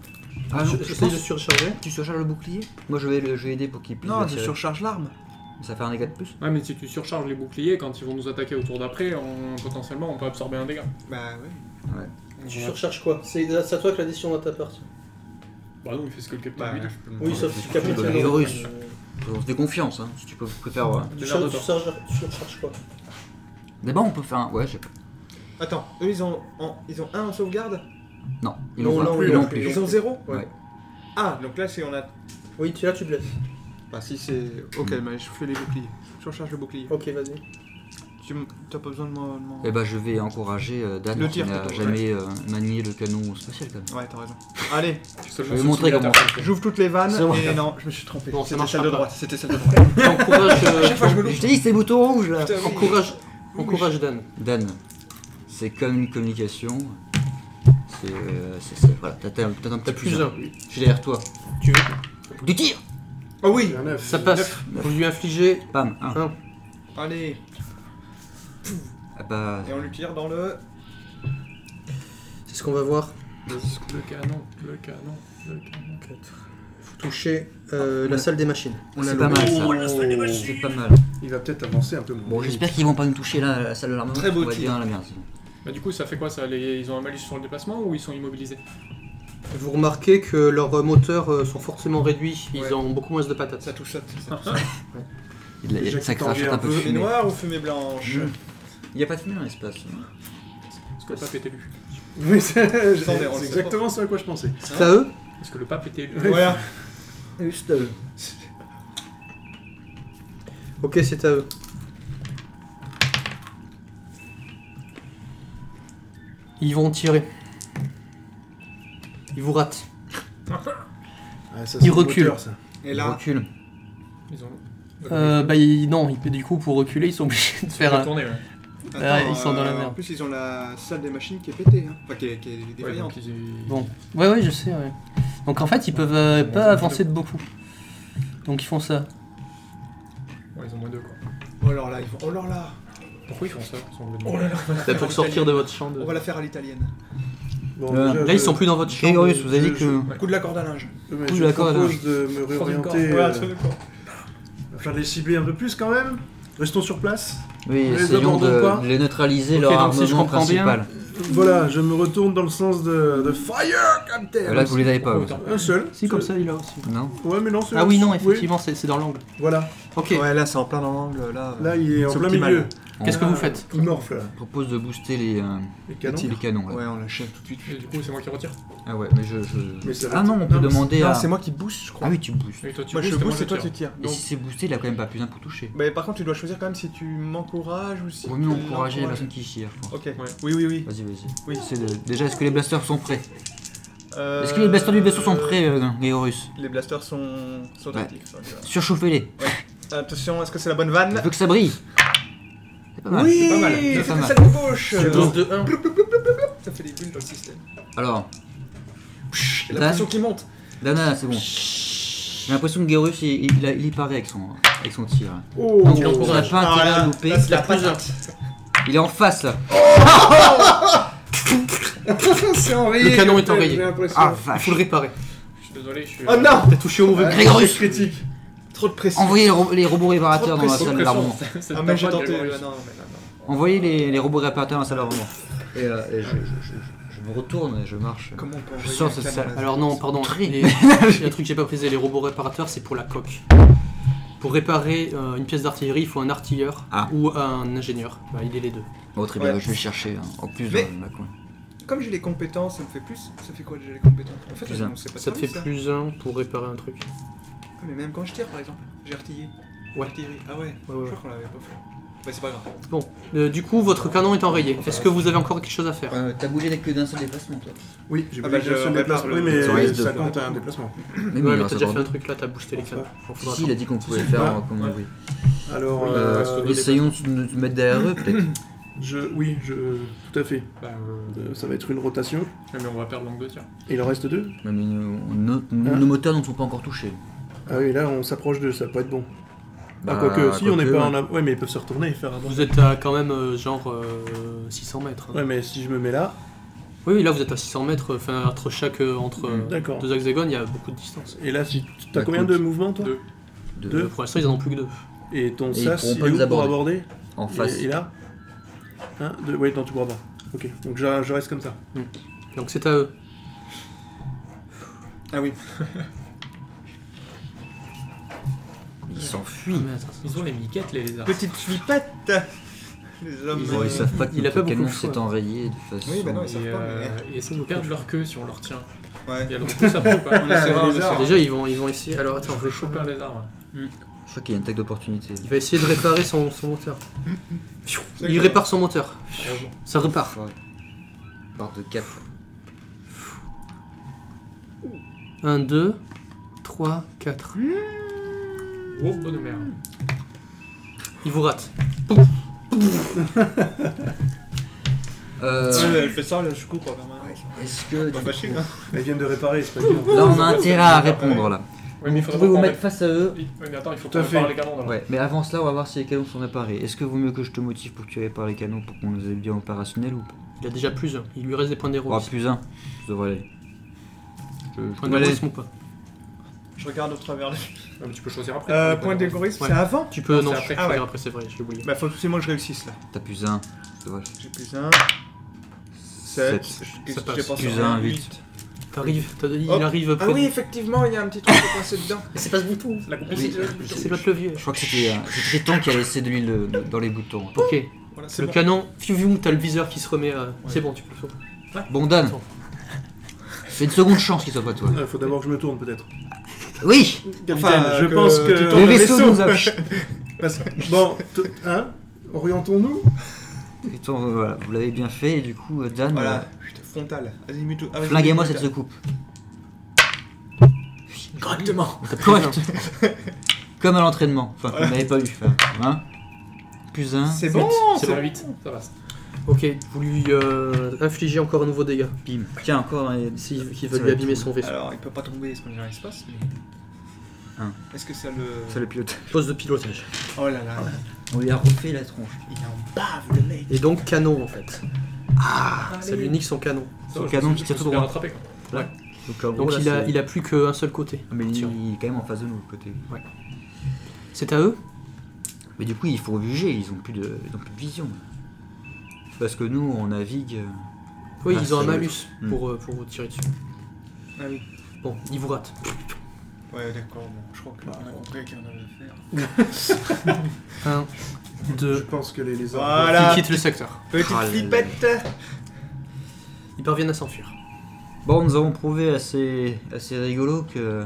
ah non, je J'essaie pense de surcharger. que tu surcharges le bouclier. Moi, je vais, le, je vais aider pour qu'il puisse. Non, le je tirer. surcharge l'arme. Ça fait un dégât de plus. Ouais, Ah, mais si tu surcharges les boucliers, quand ils vont nous attaquer au tour d'après, on- potentiellement on peut absorber un dégât. Bah oui. Tu surcharges quoi C'est c'est à toi que la décision doit t'appartenir. Bah non, il fait ce que le capitaine Bah, lui dit. je peux me- Oui, sauf si Capitaine capitaine. Grégorus. On se fait confiance. Hein, si tu peux, préfères. ouais. Tu char- tu surcharges tu surcharges quoi D'abord, on peut faire un. Ouais, je sais pas. Attends, eux ils ont, en- ils ont un en sauvegarde Non, ils Non, l'ont non, pas. ils Ils l'ont l'ont plus. Ils ont zéro Ouais. Ah, donc là, c'est on a. Oui, tu là tu blesses. Bah si c'est... Hmm. Ok, bah, mais je fais les boucliers. Je recharge le bouclier. Ok, vas-y. Tu m- t'as pas besoin de moi... de m'en- Eh ben, je vais encourager euh, Dan Le qui tir, n'a plutôt, jamais euh, manié le canon spatial quand même. ben. Ouais, t'as raison. Allez, Je vais vous montrer comment. j'ouvre toutes les vannes C'est bon. et non, je me suis trompé. Bon, ça c'était marchera celle de pas. droite. C'était celle de droite. Encourage, euh, Je t'ai dit, c'est bouton rouge là encourage, encourage Dan. Dan, c'est comme une communication. C'est. euh, c'est- c'est- voilà, t'as t'as- t'as un petit T'as plus plus. un. Je suis derrière toi. Tu veux Coup de tir Ah oui Un neuf. Ça passe. Vous lui infligez. Bam, un. Allez Ah bah. Et on lui tire dans le. C'est ce qu'on va voir. Le canon, le canon, le canon. Vous touchez euh, la salle des machines. C'est pas mal ça. C'est pas mal. Il va peut-être avancer un peu moins. Bon, j'espère qu'ils vont pas nous toucher là, à la salle de l'armement. Très beau On va tir. bien la merde. Bah, du coup, ça fait quoi ça les- Ils ont un malus sur le déplacement ou ils sont immobilisés Vous remarquez que leurs moteurs euh, sont forcément réduits. Ils Ouais. ont beaucoup moins de patates. Ça touche ça. Il a- Déjà Ça que t'en crache viens un peu un peu, Fumée fumé. noire ou fumée blanche Il y a pas de fumée dans l'espace. Est-ce que le pape était lu Oui, c'est Attendez, on le c'est sait exactement ce à quoi je pensais. C'est à eux Est-ce que le pape était lu Voilà. Juste. Ok, c'est à eux. Ils vont tirer. Ils vous ratent. Ah, ça, Il c'est le recule. moteur, ça. Et là, Recule. Ils ont. Euh, bah ils- non, ils- du coup pour reculer ils sont obligés de faire euh, un... Retourné, ouais. Ah, ils sont dans la merde. euh, En plus, ils ont la salle des machines qui est pétée. Hein. Enfin, qui est, qui est Ouais, défaillante. donc ils- Bon. Ouais ouais je sais ouais. Donc en fait ils peuvent euh, pas avancer de beaucoup. Donc ils font ça. Ouais, ils ont moins deux quoi. Oh alors là, ils font. Oh alors là Pourquoi ils font ça ils sont Oh complètement- là là on va la C'est faire à pour sortir l'italienne. de votre champ de... On va la faire à l'italienne. Bon, Euh, déjà, Là ils je- sont plus dans votre champ. Grégorius, vous avez dit je- que. Coup de la corde à linge. mais Oui, je vous d'accord, propose de me réorienter, Ouais, Ah, euh, un truc de corps. afin de les cibler un peu plus quand même. Restons sur place. Oui, On les essayons abandonne pas de les neutraliser Ok, leur donc si je armement comprends bien, principal. Voilà, je me retourne dans le sens de, de Fire Euh, Captain. Là, vous les avez pas. vous. Autant. Un seul. Si comme ça il a aussi. Non Ouais, mais non, c'est Ah oui non effectivement c'est c'est dans l'angle. Voilà, Ok. Ouais, là c'est en plein dans l'angle, là. là il est en C'est plein optimal. milieu. Qu'est-ce que Ah, vous faites Il morfle là. Je propose de booster les, euh, Les canons. les canons. ouais. Ouais, on l'achève tout de suite. Et du coup, c'est moi qui retire. Ah ouais, mais je. je- Mais ça va Ah être- non, on peut non, mais demander Non, à. c'est moi qui booste, je crois. Ah oui, tu boostes. Et toi, tu moi je boostes, et booste et toi tire. tu tires. Et Donc, si c'est boosté, il a quand même pas plus un pour toucher. Bah, par contre, tu dois choisir quand même si tu m'encourages ou si. Vaut mieux tu encourager les l'encourages. personnes qui tirent, je pense. Ok. Oui, oui, oui. Vas-y, vas-y. Oui. Essaie de- Déjà, est-ce que les blasters sont prêts Euh, Est-ce que les blasters du vaisseau sont prêts, euh, Gréorus Les blasters sont, sont Ouais. actifs. donc, euh, Surchauffez-les. Attention, est-ce que c'est la bonne Je vanne veux que ça brille. C'est pas mal. Oui, c'est pas mal. J'ai C'est fait pas que mal. celle de gauche C'est dose de 1. Ça fait des bulles dans le système. Alors, Et la Dan. pression qui monte Dana, c'est bon. J'ai l'impression que Gréorus, il, il, a- il y paraît avec son, avec son tir. Oh, Donc, on n'a pas Ah, intérêt à là, louper. là, c'est la T'as plus un. patate. Il est en face, là. C'est enrayé Le canon est Captain, enrayé. j'ai l'impression. Ah, Il vache. faut le réparer. Je suis désolé, je suis. Oh non T'as touché au mauvais. Ouais. Gréorus critique Trop de pression Envoyez les, ro- les robots réparateurs dans la pression, salle de l'armement. C'est Ah pas mais j'ai mal, tenté, Grégory. ouais, non, mais là, non. Envoyez les, les robots réparateurs dans la salle de l'armement. Et, euh, et je, je- je- je me retourne et je marche. Comment on peut Je envoyer sors un cette canon salle. là Alors non, pardon. Très. Les... le truc que j'ai pas précisé, les robots réparateurs, c'est pour la coque. Pour réparer euh, une pièce d'artillerie, il faut un artilleur Ah. ou un ingénieur. Bah, il est les deux. Bon, Oh, très bien, Ouais. je vais chercher. hein. En plus, Mais- euh, ma coin. Comme j'ai les compétences, ça me fait plus. Ça fait quoi déjà les compétences En fait, Plus un. on sait pas Ça te fait ça. plus un pour réparer un truc. Ah, Mais même quand je tire, par exemple, j'ai artillé. Ouais. Artillerie. Ah ouais. Ouais, ouais, Je ouais. crois qu'on l'avait pas fait. Bah c'est pas grave. Bon, Euh, du coup, votre canon est enrayé. Est-ce que vous avez encore quelque chose à faire Euh, T'as bougé que d'un seul déplacement, toi. Oui, j'ai Ah oublié bah, le je- seul on déplacement. parle. Oui, Ça mais risque de- ça compte un déplacement. Mais Ouais, oui, mais on t'as s'en déjà fait rend- un truc là, t'as boosté les canons. Faut- Si, faudra si, il a dit qu'on pouvait Ouais. faire Ouais. euh, comme on veut. Alors, Oui, euh, reste au milieu. Essayons de nous nous mettre derrière eux, peut-être. je, oui, je, tout à fait. Bah, euh, Euh, ça va être une rotation. ouais, mais on va perdre l'angle de tir. Et il en reste deux Mais nos, nos- nos Hein moteurs ne sont pas encore touchés. Ah oui, là, on s'approche d'eux, ça peut être bon. Bah, ah, quoique, si, on n'est quoique, pas ouais. en avant. Ouais, mais ils peuvent se retourner et faire un Vous êtes à quand même euh, genre euh, 600 mètres. hein. Ouais, mais si je me mets là, Oui, oui, là vous êtes à 600 mètres. Enfin, entre chaque, euh, entre euh, d'accord. deux hexagones, il y a beaucoup de distance. Euh, Et là, si Bah, t'as combien de écoute. mouvements, toi Deux. De- Deux. Pour l'instant, ils en ont plus que deux. Et ton Et ils sas, pourront il pas est nous où pour aborder En Il- face. Il est là Un, deux, ouais, non, tu pourras pas. Ok, donc je, je reste comme ça. Donc c'est à eux. Ah oui. Ils s'enfuient. Ah, Mais attends, Ils ont les miquettes, les lézards. Petite flippette Les hommes. Ils, euh, savent pas que il a notre pas beaucoup canon le choix. s'est enrayé de façon. Oui, bah non, ils savent Et, pas, euh, et est-ce qu'ils perdent leur queue si on leur tient Ouais. Il y a le repousse après ou pas On essaiera, on essaiera. Déjà, ils vont, ils vont essayer. Alors attends, je Je vais vais choper un lézard. ouais. Je crois qu'il y a une attaque d'opportunité. Il va essayer de réparer son, son moteur. Il D'accord. répare son moteur. Heureusement. Ça repart. Barre de 4. 1, 2, 3, 4. Oh, bonne merde. Il vous rate. Ouais, Euh, elle fait ça, là, je coupe, quand même. Est-ce que. Pas du facile, coup- hein. Elles viennent de réparer, c'est pas bien. Là, on a intérêt à répondre là. Oui, mais il Vous pouvez faudrait pas vous qu'on mettre face à eux. Oui, mais attends, il faut Tout à qu'on répare fait. les canons dans la- Ouais, mais avant cela, on va voir si les canons sont réparés. Est-ce que vaut mieux que je te motive pour que tu ailles par les canons pour qu'on les ait bien opérationnels ou pas Il a déjà plus un. Il lui reste des points Oh, d'héroïsme. plus un. Je devrais aller. Je, je Points dois aller. d'héroïsme ou pas Je regarde au travers. Ah, mais tu peux choisir après. Euh, Pas point grave. d'égoïsme, Ouais. c'est avant Tu peux. Non, Non, c'est je peux après. Ah ouais. dire après, c'est vrai, j'ai oublié. Bah, faut absolument que je réussisse, là. T'as plus un. Je devrais aller. J'ai plus 1, Sept. 7, Ça passe. Plus un, huit. T'arrives, Oh. t'as- il Hop. arrive près Ah oui, de- effectivement, il y a un petit truc qui est coincé dedans. Mais c'est pas ce bouton. La Oui. complicité. C'est l'autre levier. Je crois que c'était euh, c'est Triton qui a laissé de l'huile de- de- dans les boutons. Ok, Voilà, c'est le bon. canon, fiu fiu, t'as le viseur qui se remet. euh, C'est bon, tu peux le sauver. Bon, Dan, Attends. fais une seconde chance qu'il soit pas toi. Il Euh, faut d'abord que je me tourne, peut-être. Oui Capitaine, je pense que- tu Le Le tournes vaisseau nous a. Parce que- Bon, t- hein Orientons-nous Triton, euh, voilà, vous l'avez bien fait et du coup, euh, Dan, Voilà, Chut, frontal. Ah, Azimut. euh, azimut- flinguez-moi cette secoupe. Correctement. Correct Comme à l'entraînement. Enfin, vous n'avez pas eu. enfin, Hein Plus un. C'est bon, C'est c'est bon, 8. Ça va. Ok, vous lui euh, infligez encore un nouveau dégât. Bim. Tiens, encore euh, un. S'il Ça il veut va lui être abîmer tout. son vaisseau. Alors, il peut pas tomber, ce qu'on dirait, il se passe, mais. Un. Est-ce que ça le. Ça le Ah pilote. Poste de pilotage. Oh là là, On lui a refait la tronche. il est en bave, le mec. Et donc canon en fait. Ah Ça lui nique son canon. Ça Son va, je canon me qui suis- tire je tout me suis bien droit. rattrapé, quoi. Donc, en gros, Donc là, il, a, c'est- Ah, il a plus qu'un seul côté. Mais Tiens. il est quand même en face de nous, le côté. C'est à eux Mais du coup, il faut juger, ils ont plus de, ils ont plus de vision. Parce que nous, on navigue. euh, Oui, Ah, ils ont un c'est- malus Hmm. pour, euh, pour vous tirer dessus. Ah oui. Bon, ils vous ratent. Ouais, d'accord, bon, je crois Bah, qu'on a compris qu'il y en avait à faire. 1, Je 2, pense que les lézards... Voilà, ils quittent le secteur. petite Ah là là. flippette. Ils parviennent à s'enfuir. Bon, nous avons prouvé assez, assez rigolo que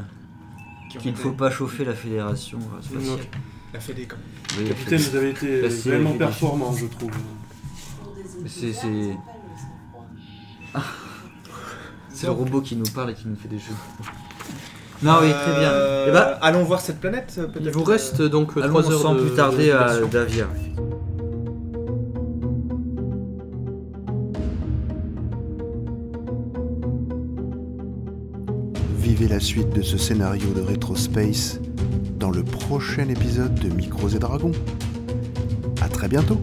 qu'il ne faut pas. pas chauffer la fédération euh, spatiale. La fédé, quand même. Oui, Capitaine, vous avez été Bah, c'est- vraiment performant, je trouve. Pour des autres C'est- bizarres, c'est- ils ont pas le sang-froid. c'est le robot qui nous parle et qui nous fait des jeux. Non, oui, très bien. Euh, Eh ben- allons voir cette planète, euh, peut-être. Il vous reste donc Allons 3 heures sans de- plus tarder à d'occupation. Davia. Vivez la suite de ce scénario de Retrospace dans le prochain épisode de Micros et Dragons. À très bientôt